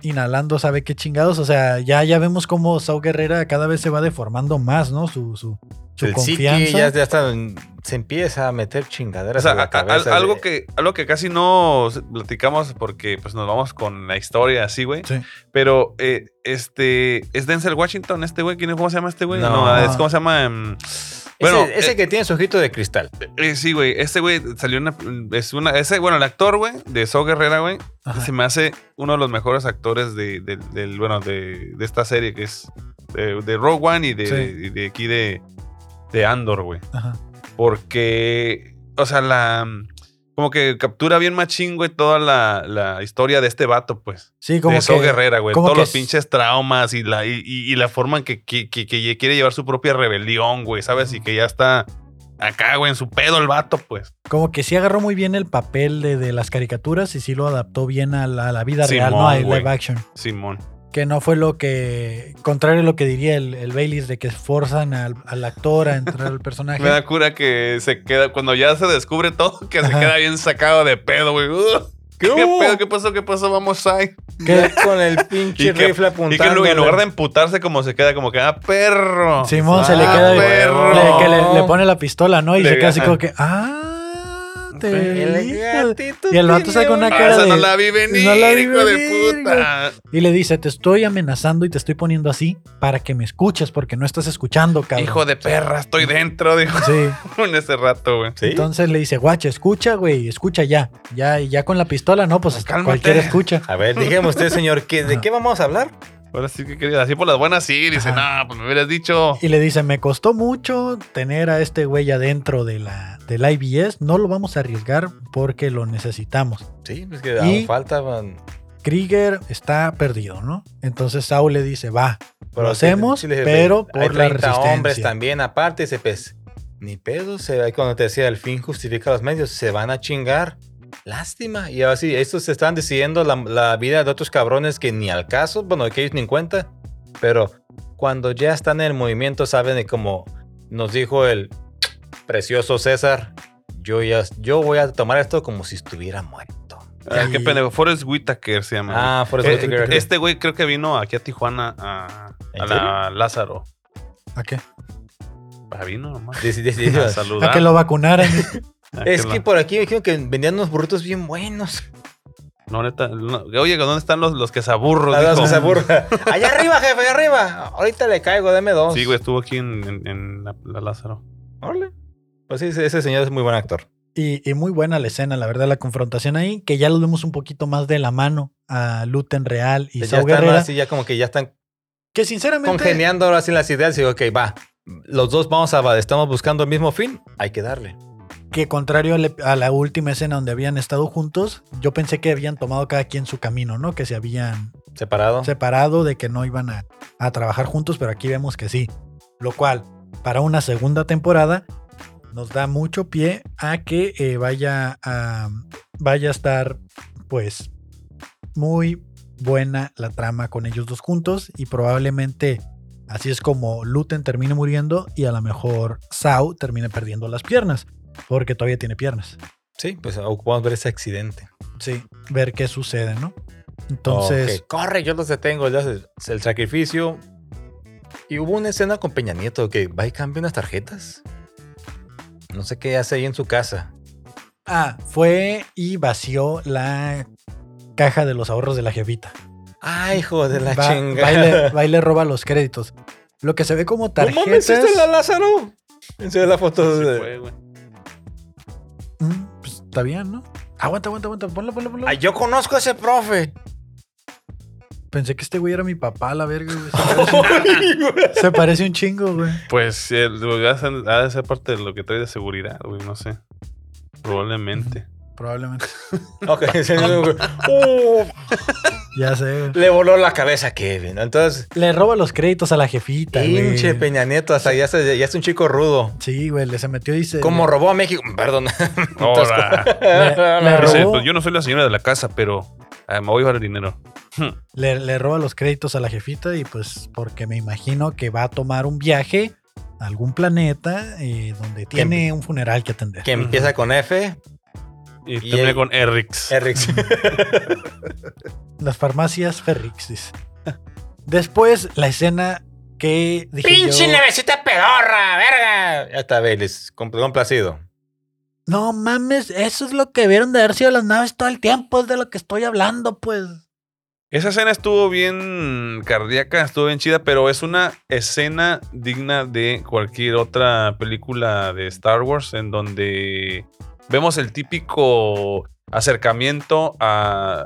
inhalando sabe qué chingados o sea ya ya vemos cómo Sao Guerrera cada vez se va deformando más no su su, su
el psiqui
confianza
ya, ya está- se empieza a meter
O
chingaderas.
sea,
en la
a- a-
cabeza
algo,
de-
que, algo que casi no platicamos porque pues nos vamos con la historia así, güey.
Sí.
Pero eh, este es Denzel Washington, este güey. ¿Quién es? ¿Cómo se llama este güey?
No.
No, es cómo se llama. Em, bueno,
ese, ese
eh,
que tiene su ojito de cristal.
eh, sí, güey. Este güey salió una, es una. Ese, bueno, el actor, güey, de So Guerrera, güey,
Ajá.
se me hace uno de los mejores actores de, de- del, bueno, de, de esta serie que es de, de Rogue One y de,
Sí.
y de aquí de, de Andor, güey.
Ajá.
Porque, o sea, la. Como que captura bien machín, güey, toda la, la historia de este vato, pues.
sí como
De Saw
que
Guerrera, güey.
como
Todos
que
los
es-
pinches traumas y la, y, y- y la forma en que, que- que- que quiere llevar su propia rebelión, güey, ¿sabes? Y que ya está acá, güey, en su pedo el vato, pues.
como que sí agarró muy bien el papel de, de las caricaturas y sí lo adaptó bien a la, a la vida real
Simón,
no al
güey.
live action
Simón.
que no fue lo que contrario a lo que diría el, el Baileys de que forzan al, al actor a entrar al personaje
Me da cura que se queda, cuando ya se descubre todo, que se
Ajá.
queda bien sacado de pedo, güey. Uh, ¿Qué,
hubo?
pedo? ¿Qué pasó? ¿Qué pasó? Vamos, ahí.
que
Con el pinche
Y que-
rifle
Y
apuntando.
que en lugar- en lugar de emputarse, como se queda, como que, ah, perro.
Simón se le
Ah,
queda
perro.
le- que le, le pone la pistola no y
Le-
se queda así
ajá.
como que ah te
El
dije".
gatito
Y el vato
tiene
saca una
Ah,
cara
esa
de-
no la vi venir,
no la vi
hijo
venir,
de puta.
Y le dice, te estoy amenazando y te estoy poniendo así para que me escuches porque no estás escuchando, cabrón.
Hijo de perra, estoy dentro, dijo
Sí.
en ese rato, güey.
Sí.
Entonces le dice, guacha, escucha, güey, escucha ya. Ya, y ya con la pistola, no, pues hasta
Cálmate.
cualquiera escucha.
A ver, dígame usted, señor, ¿qué- ¿de qué vamos a hablar?
Ahora sí que quería, así por las buenas sí, dice,
Ajá.
no, pues me hubieras dicho.
Y le dice, me costó mucho tener a este güey adentro de la, del IBS. No lo vamos a arriesgar porque lo necesitamos.
Sí, pues que
Y-
aún falta. man.
Krieger está perdido, ¿no? Entonces Saul le dice, va,
Pero
lo hacemos,
sí les-
pero
hay
por la
30 hombres
resistencia.
también, aparte, ese pez. Ni pedo, se, ahí cuando te decía el fin justifica los medios, se van a chingar. Lástima. Y ahora sí, estos se están decidiendo la, la vida de otros cabrones que ni al caso, bueno, que ellos ni en cuenta. Pero cuando ya están en el movimiento, saben de como nos dijo el precioso César, yo, ya, yo voy a tomar esto como si estuviera muerto.
Ah,
Y-
qué pendejo. Forrest Whitaker se llama.
Ah, por
güey.
eso
Eh, este güey creo que vino aquí a Tijuana a,
¿En
a la Lázaro.
¿A qué?
Ah, vino nomás. A
Decidido.
saludar.
A que lo vacunaran.
Ah,
Es
la-
que por aquí me dijeron que vendían unos burritos bien buenos.
No, neta, no. Oye, ¿dónde están los, los que se aburros?
Nada más
dijo?
que se aburra. Allá arriba, jefe, allá arriba. Ahorita le caigo, deme dos.
Sí, güey, estuvo aquí en, en- en la, la Lázaro.
Órale. Pues sí, ese ese señor es muy buen actor.
Y, y muy buena la escena, la verdad, la confrontación ahí, que ya lo vemos un poquito más de la mano a Luten Real y
Pues Ya
Saul
están
Guerrera.
así, ya como que ya están
Que sinceramente.
congeniando ahora sí las ideas. Y digo, ok, va. Los dos vamos a, estamos buscando el mismo fin. Hay que darle.
Que contrario al ep- a la última escena donde habían estado juntos, yo pensé que habían tomado cada quien su camino, ¿no? Que se habían
Separado.
separado, de que no iban a, a trabajar juntos, pero aquí vemos que sí. Lo cual, para una segunda temporada, nos da mucho pie a que eh, vaya, a, vaya a estar, pues, muy buena la trama con ellos dos juntos y probablemente así es como Luten termine muriendo y a lo mejor Sao termine perdiendo las piernas, porque todavía tiene piernas.
Sí, pues ocupamos ver ese accidente.
Sí, ver qué sucede, ¿no? Entonces,
Ok, corre, yo los detengo. ya haces el sacrificio. Y hubo una escena con Peña Nieto que va y cambia unas tarjetas. No sé qué hace ahí en su casa.
ah, fue y vació la caja de los ahorros de la jefita.
Ay, hijo de la
Va-
chingada.
va y le- va y le roba los créditos. Lo que se ve como
¡No mames,
tarjetas.
esta es la Lázaro! Enseña la foto de...
Mm, pues, está bien, ¿no? Aguanta, aguanta, aguanta. Ponlo, ponlo, ponlo.
Ay, yo conozco a ese profe.
Pensé que este güey era mi papá, la verga, güey. Se parece, se parece un chingo, güey.
Pues eh, lo- ha de ser- ha de ser parte de lo que trae de seguridad, güey, no sé. Probablemente.
Probablemente.
Ok, enseña- Uh,
Ya sé, güey.
le voló la cabeza a Kevin. ¿no? Entonces,
Le roba los créditos a la jefita, güey.
pinche Peña Nieto, hasta ya, se- ya es un chico rudo.
Sí, güey, le se metió y se...
Como robó a México. Perdón.
Ahora.
Le, le
Dice,
robó,
pues yo no soy la señora de la casa, pero ah, me voy a llevar el dinero.
le, le roba los créditos a la jefita y pues porque me imagino que va a tomar un viaje a algún planeta eh, donde tiene un funeral que atender.
que empieza con F.
Y,
Y
terminé
el-
con Errix.
Eric.
Las farmacias Ferrixis. Después, la escena que dije yo,
nevecita pedorra! ¡Verga! Ya está, Bailey. Complacido.
No mames, eso es lo que vieron de haber sido las naves todo el tiempo, es de lo que estoy hablando, pues.
Esa escena estuvo bien cardíaca, estuvo bien chida, pero es una escena digna de cualquier otra película de Star Wars en donde vemos el típico acercamiento a,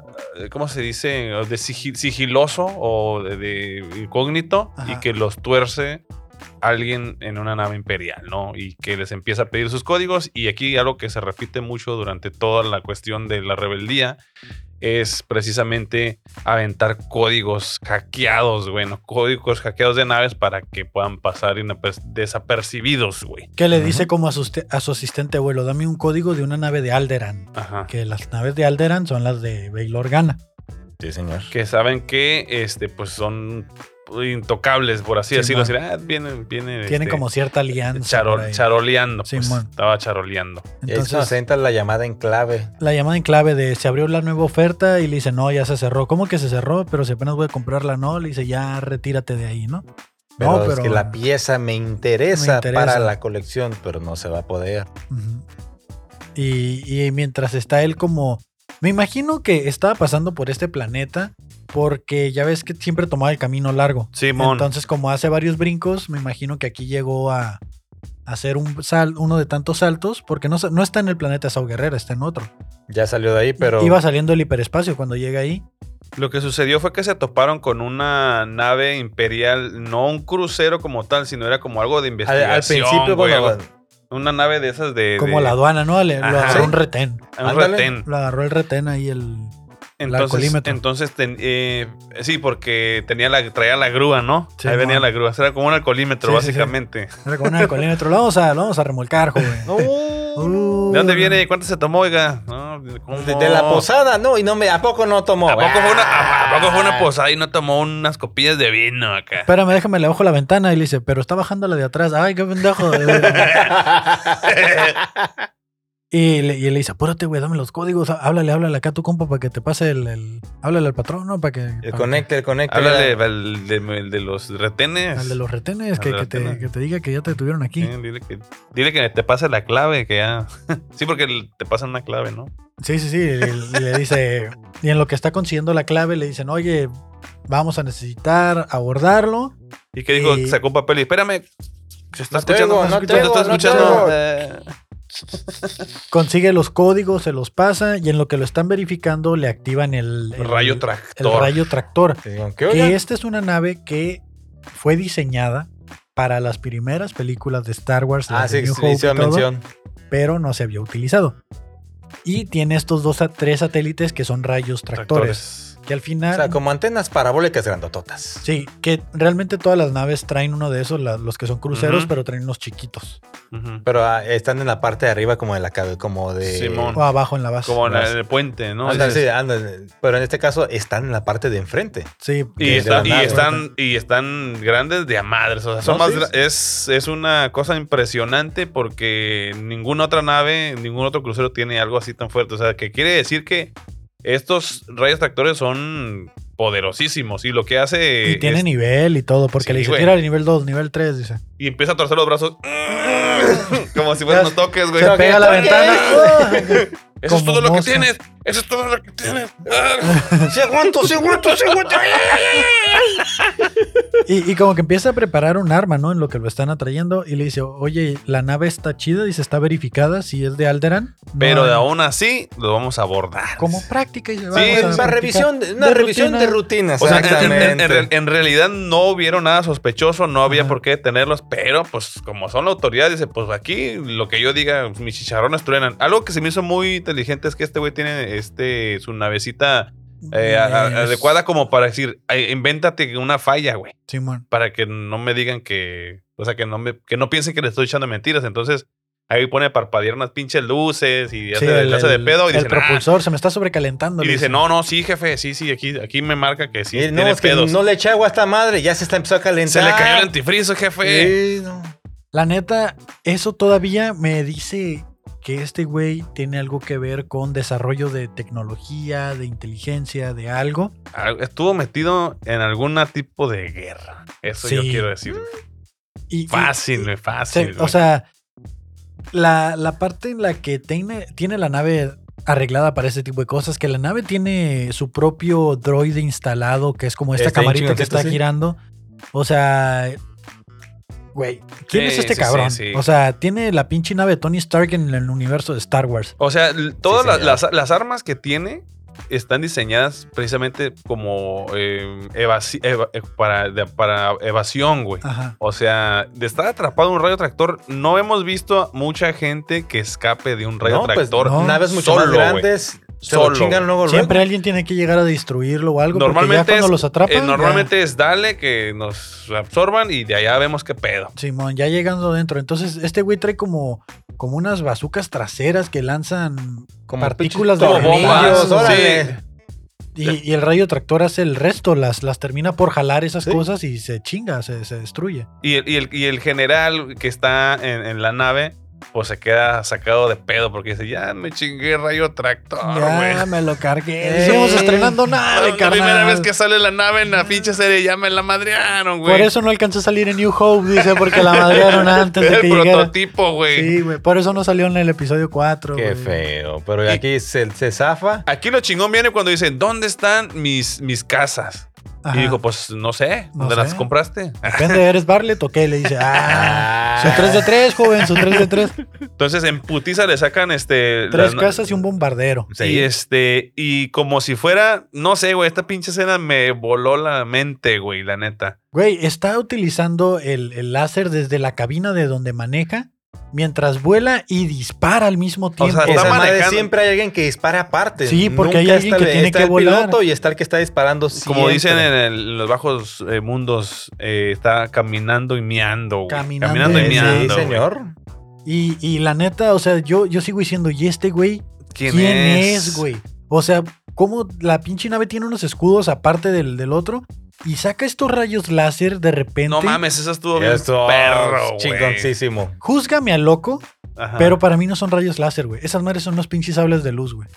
¿cómo se dice? De sigi- sigiloso o de, de incógnito
Ajá.
y que los tuerce alguien en una nave imperial, ¿no? Y que les empieza a pedir sus códigos y aquí algo que se repite mucho durante toda la cuestión de la rebeldía es precisamente aventar códigos hackeados, bueno, códigos hackeados de naves para que puedan pasar inaper- desapercibidos, güey.
Que le dice como a su, aste- a su asistente abuelo, dame un código de una nave de Alderan.
Ajá.
Que las naves de Alderan son las de Bail Organa.
Sí, señor.
que saben que este pues son intocables por así
Simón.
decirlo así, ah, viene viene
Tienen
este,
como cierta alianza.
charol-
por ahí.
charoleando pues,
Simón.
estaba charoleando
Entonces,
Entonces,
entra la llamada en clave.
la llamada en clave de se abrió la nueva oferta y le dice, no, ya se cerró. ¿Cómo que se cerró? Pero si apenas voy a comprarla, no. Le dice, ya retírate de ahí, ¿no?
Pero,
no,
es que la pieza me interesa,
Me interesa.
para la colección, pero no se va a poder.
Ujú. Y, y mientras está él como... Me imagino que estaba pasando por este planeta porque ya ves que siempre tomaba el camino largo.
Simón
Entonces como hace varios brincos, me imagino que aquí llegó a, a hacer un sal, uno de tantos saltos porque no, sa- no está en el planeta Sao Guerrera, está en otro.
Ya salió de ahí, pero.
Iba saliendo el hiperespacio cuando llega ahí.
lo que sucedió fue que se toparon con una nave imperial no un crucero como tal sino era como algo de
al, al
investigación
principio,
güey,
cuando-
algo- una nave de esas de
Como
de-
la aduana, ¿no? Le- lo
Ajá.
agarró un
Sí.
retén.
un
Ándale.
retén
Lo agarró el retén ahí el...
entonces
alcoholímetro.
entonces ten- eh, sí porque tenía la traía la grúa no ahí
Simón.
venía la grúa era como un alcoholímetro
Sí, sí, sí.
básicamente
Era como un alcoholímetro. Lo vamos a, lo vamos a remolcar, joven. Uh.
¿De dónde viene? ¿Cuánto se tomó, oiga? No, ¿cómo?
de, de la posada, no, y no me, ¿a poco no tomó?
¿A poco, fue una, a- a poco fue una
Ah.
posada y no tomó unas copillas de vino acá?
Uh. Espérame, déjame, le bajo la ventana y le dice, pero está bajando la de atrás. Ay, qué pendejo.
Ah.
y, le, y le dice, apúrate, güey, dame los códigos. Háblale, háblale acá a tu compa para que te pase el. el- háblale al patrón, ¿no? Para que.
Eh,
para
El
que-
conecte, el conecte.
Háblale del- del- de, los retenes.
Al de los retenes,
Al
que,
de
que te,
retenes.
que te diga que ya te tuvieron aquí.
Sí, dile, que, dile que te pase la clave, que ya. sí, porque el- te pasan una clave, ¿no?
Sí, sí, sí. Y, y le dice. Y en lo que está consiguiendo la clave, le dicen, oye, vamos a necesitar abordarlo.
Y que dijo,
Sí.
sacó un papel y espérame. Se está
No
escuchando.
tengo, no
se está
tengo, no
escuchando.
tengo.
Eh,
Consigue los códigos, se los pasa. Y en lo que lo están verificando, le activan el. el-
rayo
El
tractor.
rayo tractor.
Y digo, ¿qué, oiga?
que esta es una nave que fue diseñada para las primeras películas de Star Wars,
Ah,
las de
sí,
New
sí,
Hope y
hizo
todo,
mención.
pero no se había utilizado. Y tiene estos dos a tres satélites que son rayos tractores.
Tractores.
Que al
O
final.
sea, como antenas parabólicas grandototas.
Sí, que realmente todas las naves traen uno de esos, la- los que son cruceros,
Ujú.
pero traen unos chiquitos.
Ujú.
Pero ah, están en la parte de arriba como de la ca- como de...
Simón.
O abajo en la base.
Como en
Vas.
el puente, ¿no?
Ándale,
Dices-
sí, ándale. Pero en este caso están en la parte de enfrente.
Sí.
Y,
de
están,
la
y,
nave.
están, y están grandes de a madres. O sea, son
No,
más
sí,
gra- es, es una cosa impresionante porque ninguna otra nave, ningún otro crucero tiene algo así tan fuerte. O sea, que quiere decir que estos rayos tractores son poderosísimos. Y lo que hace.
Y tiene
eh, es-
nivel y todo, porque
Sí,
le dice,
güey.
tira el nivel 2, nivel 3, dice.
y empieza a torcer los brazos. Como si fueran
Ya
unos toques, güey.
Se pega a la ventana.
Eso es
como
todo lo que
mosca.
tienes. Eso es todo lo que tienes.
¡Se aguanto, se aguanto, se aguanto!
Y, y como que empieza a preparar un arma, ¿no? En lo que lo están atrayendo. Y le dice, oye, la nave está chida, dice, está verificada, si es de Alderan. No
Pero
hay-
aún así, lo vamos a abordar.
Como práctica. Y sí,
Una revisión, una revisión de rutinas.
O sea, en, en- en-
exactamente.
en realidad no hubieron nada sospechoso, no había
Ajá.
por qué detenerlos, pero pues como son la autoridad, dice, pues aquí lo que yo diga, mis chicharrones truenan. Algo que se me hizo muy inteligente es que este güey tiene este, su navecita eh, a- a- adecuada como para decir, "Ay, invéntate una falla, güey,
Simón.
para que no me digan que, o sea, que no, me, que no piensen que le estoy echando mentiras. Entonces ahí pone a parpadear unas pinches luces y hace,
Sí,
le hace de pedo y
el
dice, "Ah".
propulsor se me está sobrecalentando.
y
le
dice, no, no, sí, jefe, sí, sí, aquí, aquí me marca que sí,
Eh, no,
tiene
es que
pedos.
no le eché agua a esta madre, ya se está empezó a calentar.
Se le cayó
Ah.
el antifrizo, jefe.
Sí, no.
La neta, eso todavía me dice que este güey tiene algo que ver con desarrollo de tecnología, de inteligencia, de algo.
Ah, Estuvo metido en algún tipo de guerra. Eso yo
Sí.
quiero decir.
Y, y-
Fácil,
y-
güey,
se-
fácil.
o sea, la, la parte en la que tiene, tiene la nave arreglada para ese tipo de cosas, que la nave tiene su propio droide instalado, que es como esta
Está bien
camarita que
chingoncito,
está
sí.
girando. O sea, güey, ¿quién es
Sí,
este
sí, sí,
cabrón?
sí.
O sea, tiene la pinche nave de Tony Stark en el universo de Star Wars.
O sea, l- todas
Sí,
la-
señor.
las, las armas que tiene están diseñadas precisamente como eh, evasi- eva- eh, para, de- para evasión, güey.
Ajá.
O sea, de estar atrapado en un rayo tractor, no hemos visto mucha gente que escape de un rayo
No, pues,
tractor. Eh,
no.
Naves mucho
Solo,
más
güey.
grandes, se
Solo,
lo chingan luego, luego.
Siempre alguien tiene que llegar a destruirlo o algo. Normalmente
Normalmente
porque ya cuando
es-
los atrapan.
Eh,
pues, ya-
normalmente es dale que nos absorban y de allá vemos qué pedo.
Simón, ya llegando dentro. Entonces, este güey trae como, como unas bazucas traseras que lanzan
Como
partículas de
pinches
Como bombas,
veneno,
tornillos, órale.
sí.
y, y el rayo tractor hace el resto, las, las termina por jalar esas
Sí.
cosas y se chinga, se, se destruye.
Y el, y el- y el general que está en, en la nave, pues se queda sacado de pedo porque dice, ya me chingué rayo tractor, Ah, güey.
ya me lo cargué.
Ey.
Estamos estrenando
Ah,
nave,
La primera
carnal.
vez que sale la nave en la pinche serie, ya me la madrearon, güey.
Por eso no alcanzó a salir en New Hope, dice, porque la madrearon antes
Era
de
el
que llegara.
prototipo, güey.
Sí, güey. Por eso no salió en el episodio 4.
Qué
güey.
feo. Pero aquí se, se zafa.
Aquí lo chingón viene cuando dicen, ¿dónde están mis, mis casas?
Ajá.
Y dijo, pues no sé,
No
¿dónde las
sé.
compraste?
Depende, ¿eres Barlet o qué? Le dice, ah, su 3 de 3, joven, su 3 de 3.
Entonces en putiza le sacan este...
Tres
las-
casas y un bombardero.
Sí.
Y este, y como si fuera, no sé, güey, esta pinche escena me voló la mente, güey, la neta.
Güey, está utilizando el, el láser desde la cabina de donde maneja, mientras vuela y dispara al mismo tiempo.
sea,
Esa
está
madre
manejando.
siempre hay alguien que dispara aparte.
Sí, porque hay alguien que
el-
tiene que
el
volar.
piloto y está el que está disparando
Como
siempre.
dicen en, el- en los bajos eh, mundos, eh, está caminando y meando, güey.
Caminando
Caminando y
y-
Sí,
meando. güey.
señor.
y, y la neta, o sea, yo, yo sigo diciendo, ¿y este güey?
¿Quién,
¿Quién, es, güey? O sea, ¿cómo la pinche nave tiene unos escudos aparte del, del otro? Y saca estos rayos láser de repente.
No mames, eso estuvo bien
Eso,
perro, güey.
Chingoncísimo.
Júzgame a loco,
Ajá.
pero para mí no son rayos láser, güey. Esas madres son unos pinches sables de luz, güey.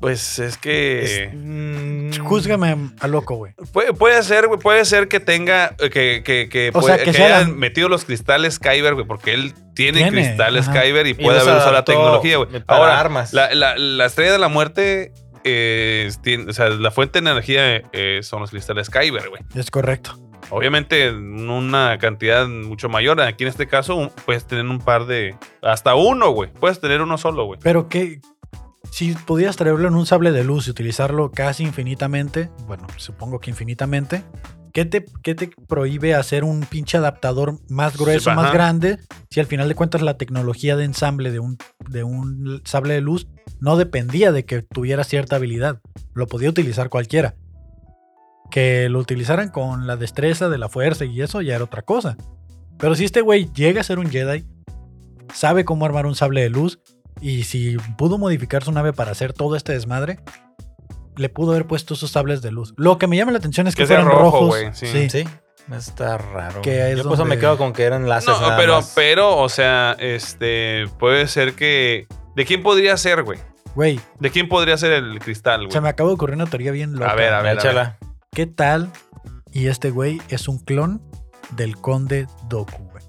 Pues es
Es-
que...
mm,
Júzgame a loco, güey.
Puede, puede ser, güey, puede ser que tenga... eh, Que, que, que,
O sea, que
que
sea la-
hayan metido los cristales Kyber, güey, porque él tiene,
Tiene,
cristales
ajá.
Kyber y
Y
puede
los
haber usado la
adaptó
tecnología, güey.
para
Ahora,
armas.
La, la- la estrella de la muerte, eh, tiene- o sea, la fuente de energía eh, son los cristales Kyber, güey.
Es correcto.
Obviamente, en una cantidad mucho mayor. Aquí en este caso, un- puedes tener un par de. Hasta uno, güey. Puedes tener uno solo, güey.
Pero que si pudieras traerlo en un sable de luz y utilizarlo casi infinitamente, bueno, supongo que infinitamente, ¿qué te, qué te prohíbe hacer un pinche adaptador más grueso,
ajá.
más grande, si al final de cuentas la tecnología de ensamble de un, de un sable de luz no dependía de que tuviera cierta habilidad? Lo podía utilizar cualquiera. Que lo utilizaran con la destreza de la fuerza y eso ya era otra cosa. Pero si este güey llega a ser un Jedi, sabe cómo armar un sable de luz y si pudo modificar su nave para hacer todo este desmadre, le pudo haber puesto sus sables de luz. Lo que me llama la atención es que,
Que sea
fueran
rojo,
rojos.
güey, sí.
sí.
Sí, está raro.
Que es
Yo por eso
donde-
me quedo con que eran láseres.
No,
nada
pero,
más.
pero, o sea, este, puede ser que... ¿De quién podría ser, güey?
Güey,
¿De quién podría ser el cristal,
se
güey?
me acaba de ocurrir una teoría bien loca.
A ver, a ver, a ver.
Échala.
¿Qué tal? Y este güey es un clon del conde Doku, güey.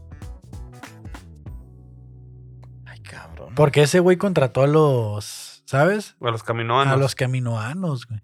Ay, cabrón.
Porque ese güey contrató a los, ¿sabes?
A los
A
caminoanos.
los caminoanos, güey.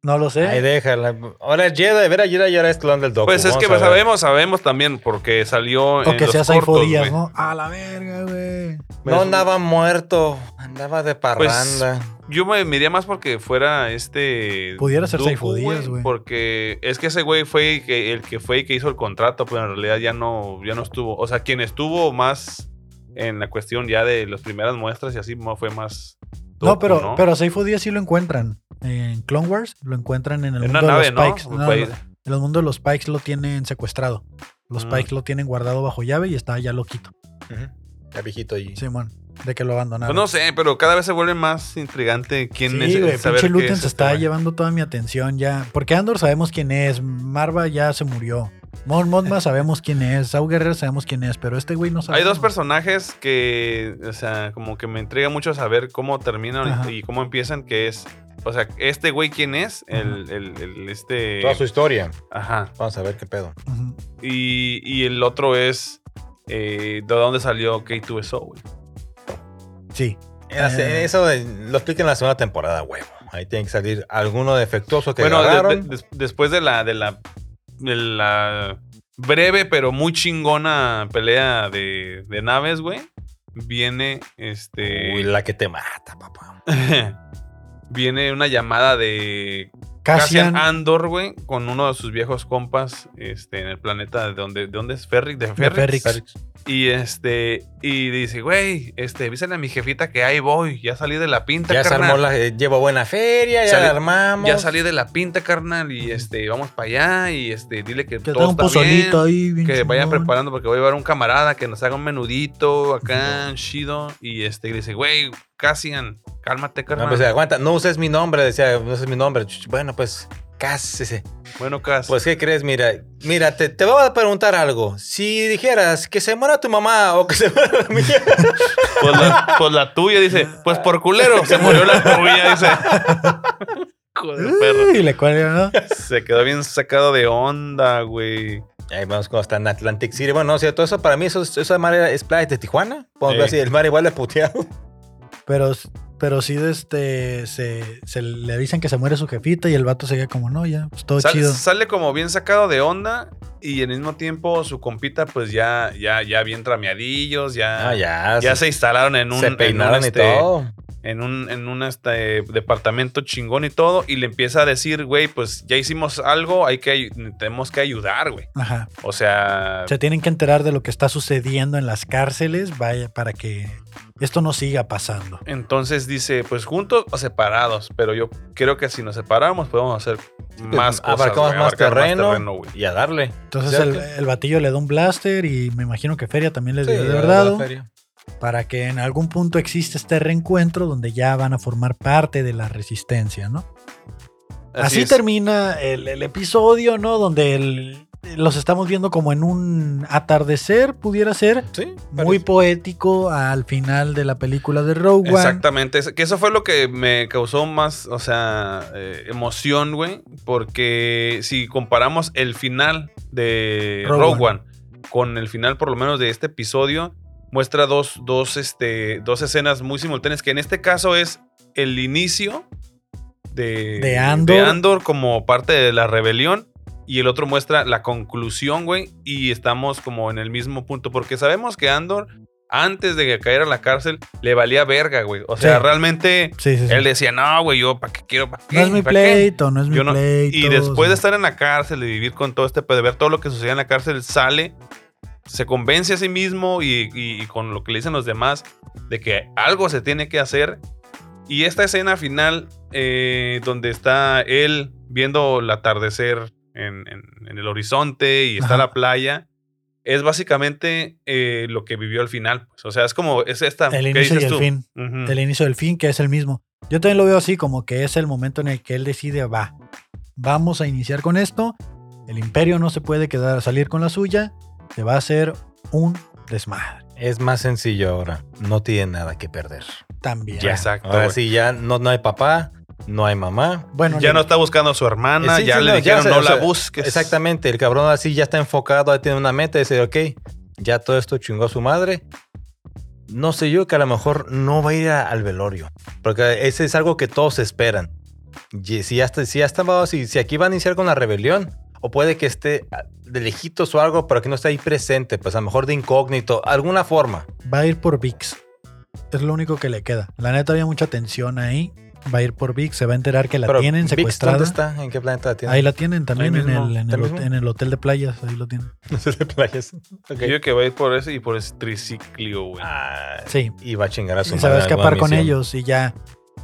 No lo sé.
Pues, Ahí déjala. Ahora es Jedi, ver a Jedi y ahora es clon del Doku.
Pues es
Vamos
que
a ver.
sabemos, sabemos también, porque salió
o
en
que
los
sea Saifo
cortos,
Díaz,
güey.
¿no? A la verga, güey.
No andaba muerto, andaba
Pues,
de parranda.
Yo me miré más porque fuera este...
Pudiera ser
Dooku,
Saifo Díaz, güey.
Porque es que ese güey fue el que, el que fue y que hizo el contrato, pero en realidad ya no, ya no estuvo. O sea, quien estuvo más en la cuestión ya de las primeras muestras y así mo- fue más...
No,
Dooku,
pero, pero a Saifo Díaz sí lo encuentran. En Clone Wars lo encuentran en el
En
mundo
una
de
nave,
los
¿no?
Pikes.
Un
No, no,
país-
En el mundo de los Pikes lo tienen secuestrado. Los
Mm.
Pikes lo tienen guardado bajo llave y está ya loquito.
Ujú. Ya viejito allí.
Simón, de que lo
Pues
abandonaron.
no sé, pero cada vez se vuelve más intrigante quién es
sí,
el
güey,
saber
pinche
qué
Luten
es
se
este
está
güey.
llevando toda mi atención ya. Porque Andor sabemos quién es, Marva ya se murió, Mon Mothma sabemos quién es, Sau Guerrero sabemos quién es, pero este güey no sabe.
Hay dos personajes que, o sea, como que me intriga mucho saber cómo terminan
Ajá.
y cómo empiezan, que es, o sea, este güey quién es, el, el- el- este...
Toda su historia.
Ajá.
Vamos a ver qué pedo.
Ujú.
Y, y el otro es, eh, ¿de dónde salió K2SO, güey?
Sí,
Era-
Eh.
Eso de- lo explica en la segunda temporada, huevo. Ahí tiene que salir alguno defectuoso que
Bueno, de-
agarraron.
de- des- después de la, de la, de la breve pero muy chingona pelea de, de naves, güey, viene este...
Uy, la que te mata, papá.
viene una llamada de
Cassian,
Cassian Andor, güey, con uno de sus viejos compas este, en el planeta de donde, de dónde es Ferric, de
de
Ferric.
Ferrix.
Y este, y dice, güey, este, avísale a mi jefita que ahí voy, ya salí de la pinta,
Ya se
carnal.
armó la. eh, Llevo buena feria, ya
Sali-
la armamos.
Ya salí de la pinta, carnal, y este, vamos para allá, y este, dile que,
Que da
todo
un
está
pozolito
bien,
ahí. bien
que vayan
chingón.
preparando porque voy a llevar un camarada que nos haga un menudito acá, chido, y este, y dice, güey, Cassian, cálmate,
No,
carnal.
pues, aguanta, no uses mi nombre, decía, no uses mi nombre. Ch- Bueno, pues, cásese.
bueno, Cass.
Pues, ¿qué crees? Mira, mira, te, te voy a preguntar algo. Si dijeras que se muera tu mamá o que se muera la mía,
Pues la, pues la tuya, dice. Pues por culero, se murió la tuya, dice. Hijo de perro.
Uy, le cuelga, ¿no?
Se quedó bien sacado de onda, güey.
Ahí vamos como hasta en Atlantic City. Bueno, no, cierto, eso para mí, eso, eso de mar era- es playa de Tijuana. Podemos ver
Sí.
si el mar igual de puteado.
Pero, pero sí, este, se, se le avisan que se muere su jefita y el vato se queda como, no, ya, pues todo
Sal-
chido.
sale como bien sacado de onda y al mismo tiempo su compita, pues ya, ya, ya bien trameadillos, ya.
Ah, ya.
Ya se instalaron en un,
se
en un,
peinaron
este,
y todo.
en un, en un, este, departamento chingón y todo, y le empieza a decir, güey, pues ya hicimos algo, hay que, ay- tenemos que ayudar, güey.
Ajá.
O sea,
Se tienen que enterar de lo que está sucediendo en las cárceles, vaya, para que esto no siga pasando.
Entonces dice, pues juntos o separados, pero yo creo que si nos separamos podemos hacer más cosas.
Abarcamos
güey,
más
abarcar
terreno,
güey.
y a darle.
Entonces
¿Cierto?
el, el batillo le da un blaster y me imagino que Feria también les dio de
a
verdad
la feria.
para que en algún punto exista este reencuentro donde ya van a formar parte de la resistencia, ¿no? Así,
es.
termina el, el episodio, ¿no? Donde el- los estamos viendo como en un atardecer, pudiera ser
Sí,
muy
parece.
poético al final de la película de Rogue One.
Exactamente, es- que eso fue lo que me causó más, o sea, eh, emoción, güey, porque si comparamos el final de
Rogue
Rogue, One. con el final por lo menos de este episodio, muestra dos, dos, este, dos escenas muy simultáneas, que en este caso es el inicio de,
De Andor.
como parte de la rebelión. Y el otro muestra la conclusión, güey. Y estamos como en el mismo punto. Porque sabemos que Andor antes de que cayera a la cárcel, le valía verga, güey. O sea,
Sí.
realmente
Sí, sí, sí.
él decía, no, güey, yo para qué quiero, para qué.
No es mi
¿Pa' qué?".
pleito, no es mi
Yo no-
pleito.
Y después de
sí.
estar en la cárcel, de vivir con todo este, pedo, de ver todo lo que sucedía en la cárcel, sale, se convence a sí mismo y, y- y con lo que le dicen los demás de que algo se tiene que hacer. Y esta escena final, eh, donde está él viendo el atardecer en, en- en el horizonte y está
Ajá.
la playa, es básicamente eh, lo que vivió al final. pues. O sea, es como, es esta...
El
¿qué
inicio y
dices
el
tú?
fin.
Ujú.
El inicio del fin, que es el mismo. Yo también lo veo así, como que es el momento en el que él decide, va, vamos a iniciar con esto. El imperio no se puede quedar a salir con la suya. Se va a hacer un desmadre.
Es más sencillo ahora. No tiene nada que perder.
También.
Ya.
Exacto,
Ahora
güey.
sí, ya no, no hay papá, no hay mamá.
Bueno,
Ya
le-
no está buscando a su hermana,
Eh, Sí,
ya
sí,
le
no, ya,
dijeron
o sea,
no
o
la
sea,
busques.
Exactamente. El cabrón así ya está enfocado, ahí tiene una meta. Dice, ok, ya todo esto chingó a su madre. No sé yo que a lo mejor no va a ir a- al velorio. Porque ese es algo que todos esperan. Y si, hasta, si, hasta va- si, si aquí va a iniciar con la rebelión, o puede que esté ah, de lejitos o algo, pero que no esté ahí presente, pues a lo mejor de incógnito, alguna forma.
va a ir por VIX. Es lo único que le queda. La neta había mucha tensión ahí. Va a ir por VIX, se va a enterar que la
Pero,
tienen
Vix,
secuestrada.
¿Dónde está? ¿En qué planeta la tiene?
Ahí la tienen también
Ahí
en,
mismo,
el, en,
ahí
el,
mismo.
hot- en el hotel de playas. Ahí lo tienen.
No sé de playas. Ok.
Yo digo que va a ir por ese y por ese triciclio, güey.
Ah,
Sí.
y va a chingar a su
Y se va a
madre en alguna
escapar con
misión.
ellos y ya.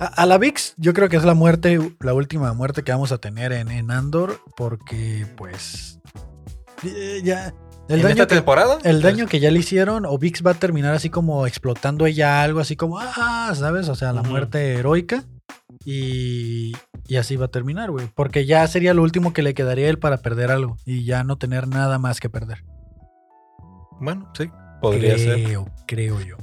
A, a la VIX, yo creo que es la muerte, la última muerte que vamos a tener en, en Andor, porque pues. eh, Ya. El
¿En
daño,
esta
que,
temporada? Pues,
el daño que ya le hicieron, o VIX va a terminar así como explotando ella algo, así como, ah, ¿sabes? O sea, la
Ujú.
muerte heroica. Y, y así va a terminar, güey. Porque ya sería lo último que le quedaría a él para perder algo y ya no tener nada más que perder.
Bueno, sí, podría ser.
creo, creo yo.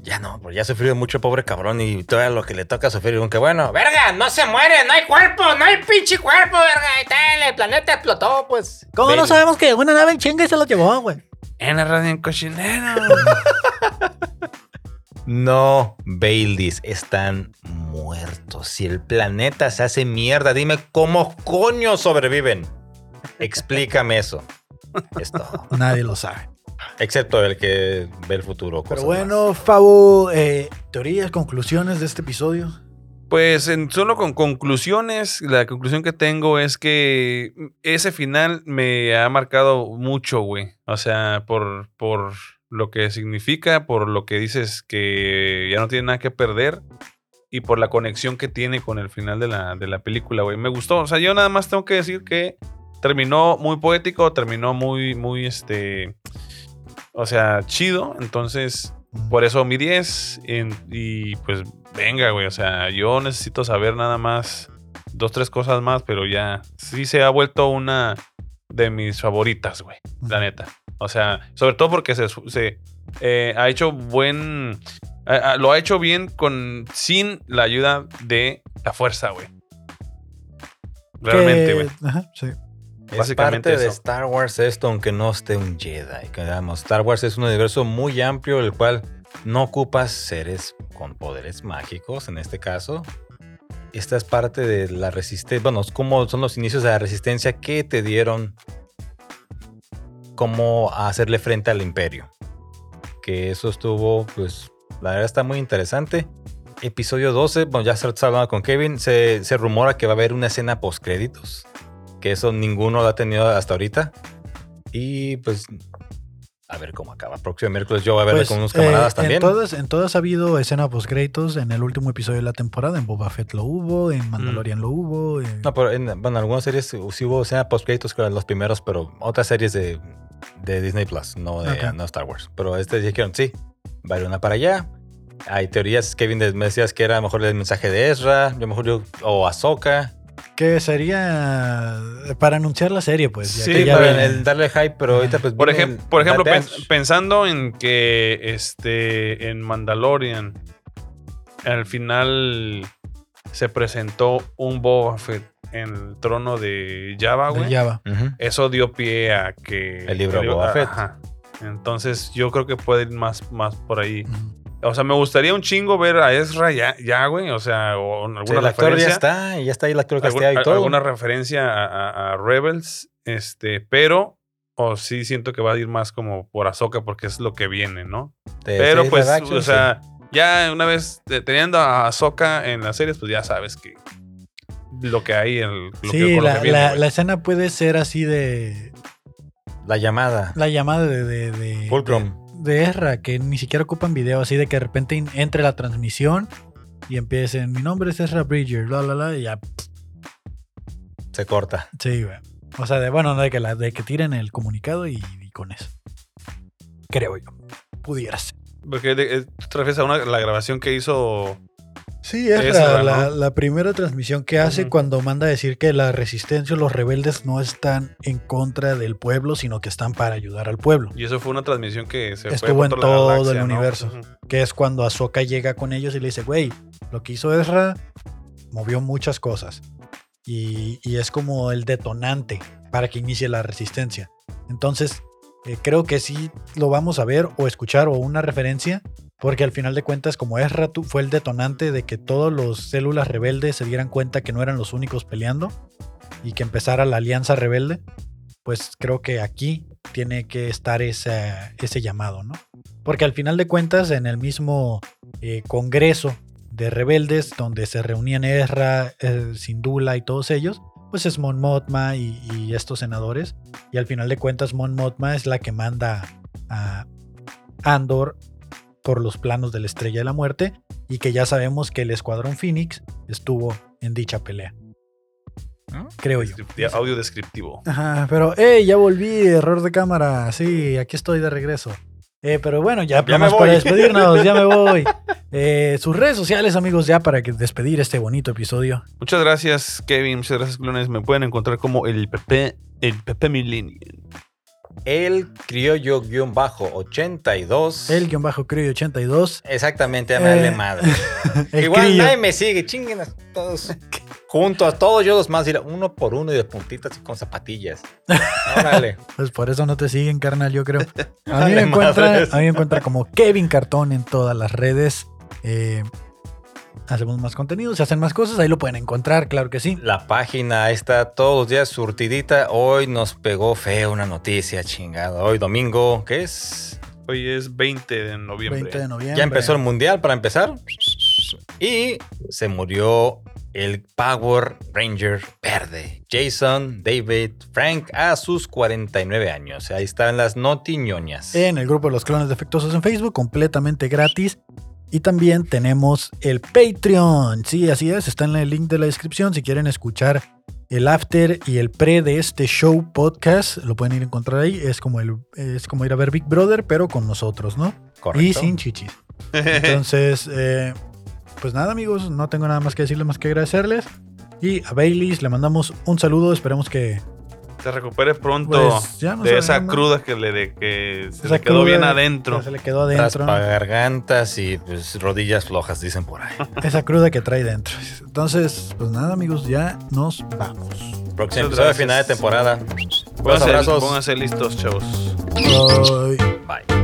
Ya no, porque ya ha sufrido mucho, pobre cabrón, y todavía lo que le toca sufrir, aunque bueno, verga, no se muere, no hay cuerpo, no hay pinche cuerpo, verga, ahí está, el planeta explotó, pues.
¿Cómo no
Velo.
sabemos que una nave en chinga se lo llevó, güey?
En la radio en cochinero.
No, Baileys, están muertos. Si el planeta se hace mierda, dime cómo coño sobreviven. Explícame eso. Es todo.
Nadie lo sabe.
Excepto el que ve el futuro.
Pero
cosas
bueno, Fabo, eh, teorías, conclusiones de este episodio.
Pues en, solo con conclusiones, la conclusión que tengo es que ese final me ha marcado mucho, güey. O sea, por, por lo que significa, por lo que dices que ya no tiene nada que perder y por la conexión que tiene con el final de la, de la película, güey. Me gustó. O sea, yo nada más tengo que decir que terminó muy poético, terminó muy, muy, este, o sea, chido. Entonces, por eso mi 10. en- y pues venga, güey. O sea, yo necesito saber nada más. Dos, tres cosas más, pero ya. Sí se ha vuelto una de mis favoritas, güey. La neta. O sea, sobre todo porque se, se, eh, ha hecho buen. a- a- lo ha hecho bien con. sin la ayuda de la fuerza, güey.
Que-
Realmente, güey.
Ajá, sí.
Es
Básicamente
parte de
eso.
Star Wars esto, aunque no esté un Jedi. que digamos, Star Wars es un universo muy amplio, el cual no ocupas seres con poderes mágicos, en este caso. Esta es parte de la resistencia. Bueno, es como son los inicios de la resistencia que te dieron cómo hacerle frente al imperio. Que eso estuvo, pues, la verdad está muy interesante. Episodio 12, bueno, ya se está hablando con Kevin, se, se rumora que va a haber una escena post créditos que eso ninguno lo ha tenido hasta ahorita. Y pues, a ver cómo acaba. Próximo miércoles yo voy a verla
Pues,
con unos
eh,
camaradas también.
En todas, en todas ha habido escena post créditos en el último episodio de la temporada. En Boba Fett lo hubo,
Mm.
en Mandalorian lo hubo. eh,
No, pero en, bueno, algunas series sí sí hubo escena post créditos con los primeros, pero otras series de, de Disney Plus, no de
Ok.
no Star Wars. Pero este dijeron, sí, va a haber una para allá. Hay teorías, Kevin, de- me decías que era a lo mejor el mensaje de Ezra, yo a lo mejor yo, o Ahsoka.
Que sería eh, para anunciar la serie, pues. ya
Sí,
que ya
para
viene.
el darle hype, pero ahorita pues...
Por,
viene
ejem-
el
por ejemplo,
Bad
pen-
Batch.
pensando en que este en Mandalorian al final se presentó un Boba Fett en el trono de Java,
de
güey.
Java.
Ujú.
Eso dio pie a que
El libro de Boba Fett.
ajá. Entonces yo creo que puede ir más, más por ahí.
Ujú.
O sea, me gustaría un chingo ver a Ezra ya, ya güey. O sea, o en
Sí,
alguna
el actor ya
referencia.
está, y ya está ahí el actor
Pues, Algún-
casteado y
a-
todo.
alguna referencia a, a- a Rebels, este, pero o sí siento que va a ir más como por Azoka porque es lo que viene, ¿no?
Te-
pero
sí,
pues,
live action,
o
sí.
sea, ya una vez te- teniendo a Azoka en las series, pues ya sabes que lo que hay, el, lo que,
Sí,
con lo
la,
que viene,
la-
güey.
la escena puede ser así de.
la llamada.
La llamada de. de, de-
Fulcrum.
de Ezra, que ni siquiera ocupan video, así de que de repente in- entre la transmisión y empiecen, mi nombre es Ezra Bridger, la, la, la, y ya,
Se corta.
sí, güey. O sea, de, bueno, de que, la, de que tiren el comunicado y, y con eso. Creo yo. Pudiera ser.
Porque de- eh, tú te refieres a una, la grabación que hizo.
Sí, es la,
Ezra,
la-
¿no?
la primera transmisión que hace
Ujú.
cuando manda a decir que la resistencia o los rebeldes no están en contra del pueblo, sino que están para ayudar al pueblo.
Y eso fue una transmisión que se
Estuvo
fue
en
por
todo
galaxia,
el
¿no?
universo.
Ujú.
que es cuando Ahsoka llega con ellos y le dice, güey, lo que hizo Ezra movió muchas cosas. Y, y es como el detonante para que inicie la resistencia. Entonces, eh, creo que sí lo vamos a ver o escuchar o una referencia, porque al final de cuentas, como Ezra tu- fue el detonante de que todos los células rebeldes se dieran cuenta que no eran los únicos peleando y que empezara la alianza rebelde, pues creo que aquí tiene que estar esa- ese llamado, ¿no? Porque al final de cuentas, en el mismo eh, congreso de rebeldes, donde se reunían Ezra, eh, Sindula y todos ellos, pues es Mon Mothma y, y estos senadores. Y al final de cuentas, Mon Mothma es la que manda a Andor por los planos de la Estrella de la Muerte y que ya sabemos que el Escuadrón Phoenix estuvo en dicha pelea. Creo yo.
Descripti- Audio descriptivo.
Ajá, pero, hey, ya volví, error de cámara. Sí, aquí estoy de regreso. Eh, pero bueno, ya,
Ya me
vamos para
voy.
despedirnos, ya me voy. Eh, sus redes sociales, amigos, ya para que despedir este bonito episodio.
Muchas gracias, Kevin. Muchas gracias, clones. Me pueden encontrar como el Pepe, el Pepe Millennial.
El criollo guión bajo 82.
El guión bajo Criollo 82.
Exactamente, ya
Eh.
me vale madre.
El
Igual
Crillo.
nadie me sigue, chinguen a todos. Juntos, a todos yo los más, y la- uno por uno y de puntitas y con zapatillas. Órale.
Pues por eso no te siguen, carnal, yo creo. A mí me
Vale,
encuentra,
madres.
a mí me encuentra como Kevin Cartón en todas las redes. Eh, hacemos más contenido, se hacen más cosas, ahí lo pueden encontrar, claro que sí.
La página está todos los días surtidita. Hoy nos pegó feo una noticia, chingada. Hoy domingo, ¿qué es?
Hoy es 20 de noviembre.
20 de noviembre.
Ya empezó el mundial para empezar. Y se murió el Power Ranger verde. Jason David Frank a sus 49 años. Ahí están las notiñoñas.
en el grupo de los clones defectuosos en Facebook, completamente gratis. Y también tenemos el Patreon. Sí, así es, está en el link de la descripción. Si quieren escuchar el after y el pre de este show podcast, lo pueden ir a encontrar ahí. Es como, el, es como ir a ver Big Brother, pero con nosotros, ¿no?
Correcto.
Y sin chichis. Entonces, eh, pues nada, amigos, no tengo nada más que decirles más que agradecerles. Y a Baileys le mandamos un saludo. Esperemos que
Se recupere pronto
Pues, ya no
de esa
sabemos.
cruda que le de, que se
Esa
le quedó
cruda
bien
que
adentro.
se le quedó adentro.
Raspa gargantas y pues, rodillas flojas, dicen por ahí.
Esa cruda que trae dentro. Entonces, pues nada, amigos, ya nos vamos.
Próximo
Muchas
episodio de
gracias.
final de temporada. Los
Pónganse-
abrazos.
pónganse listos, chavos.
Bye.
Bye.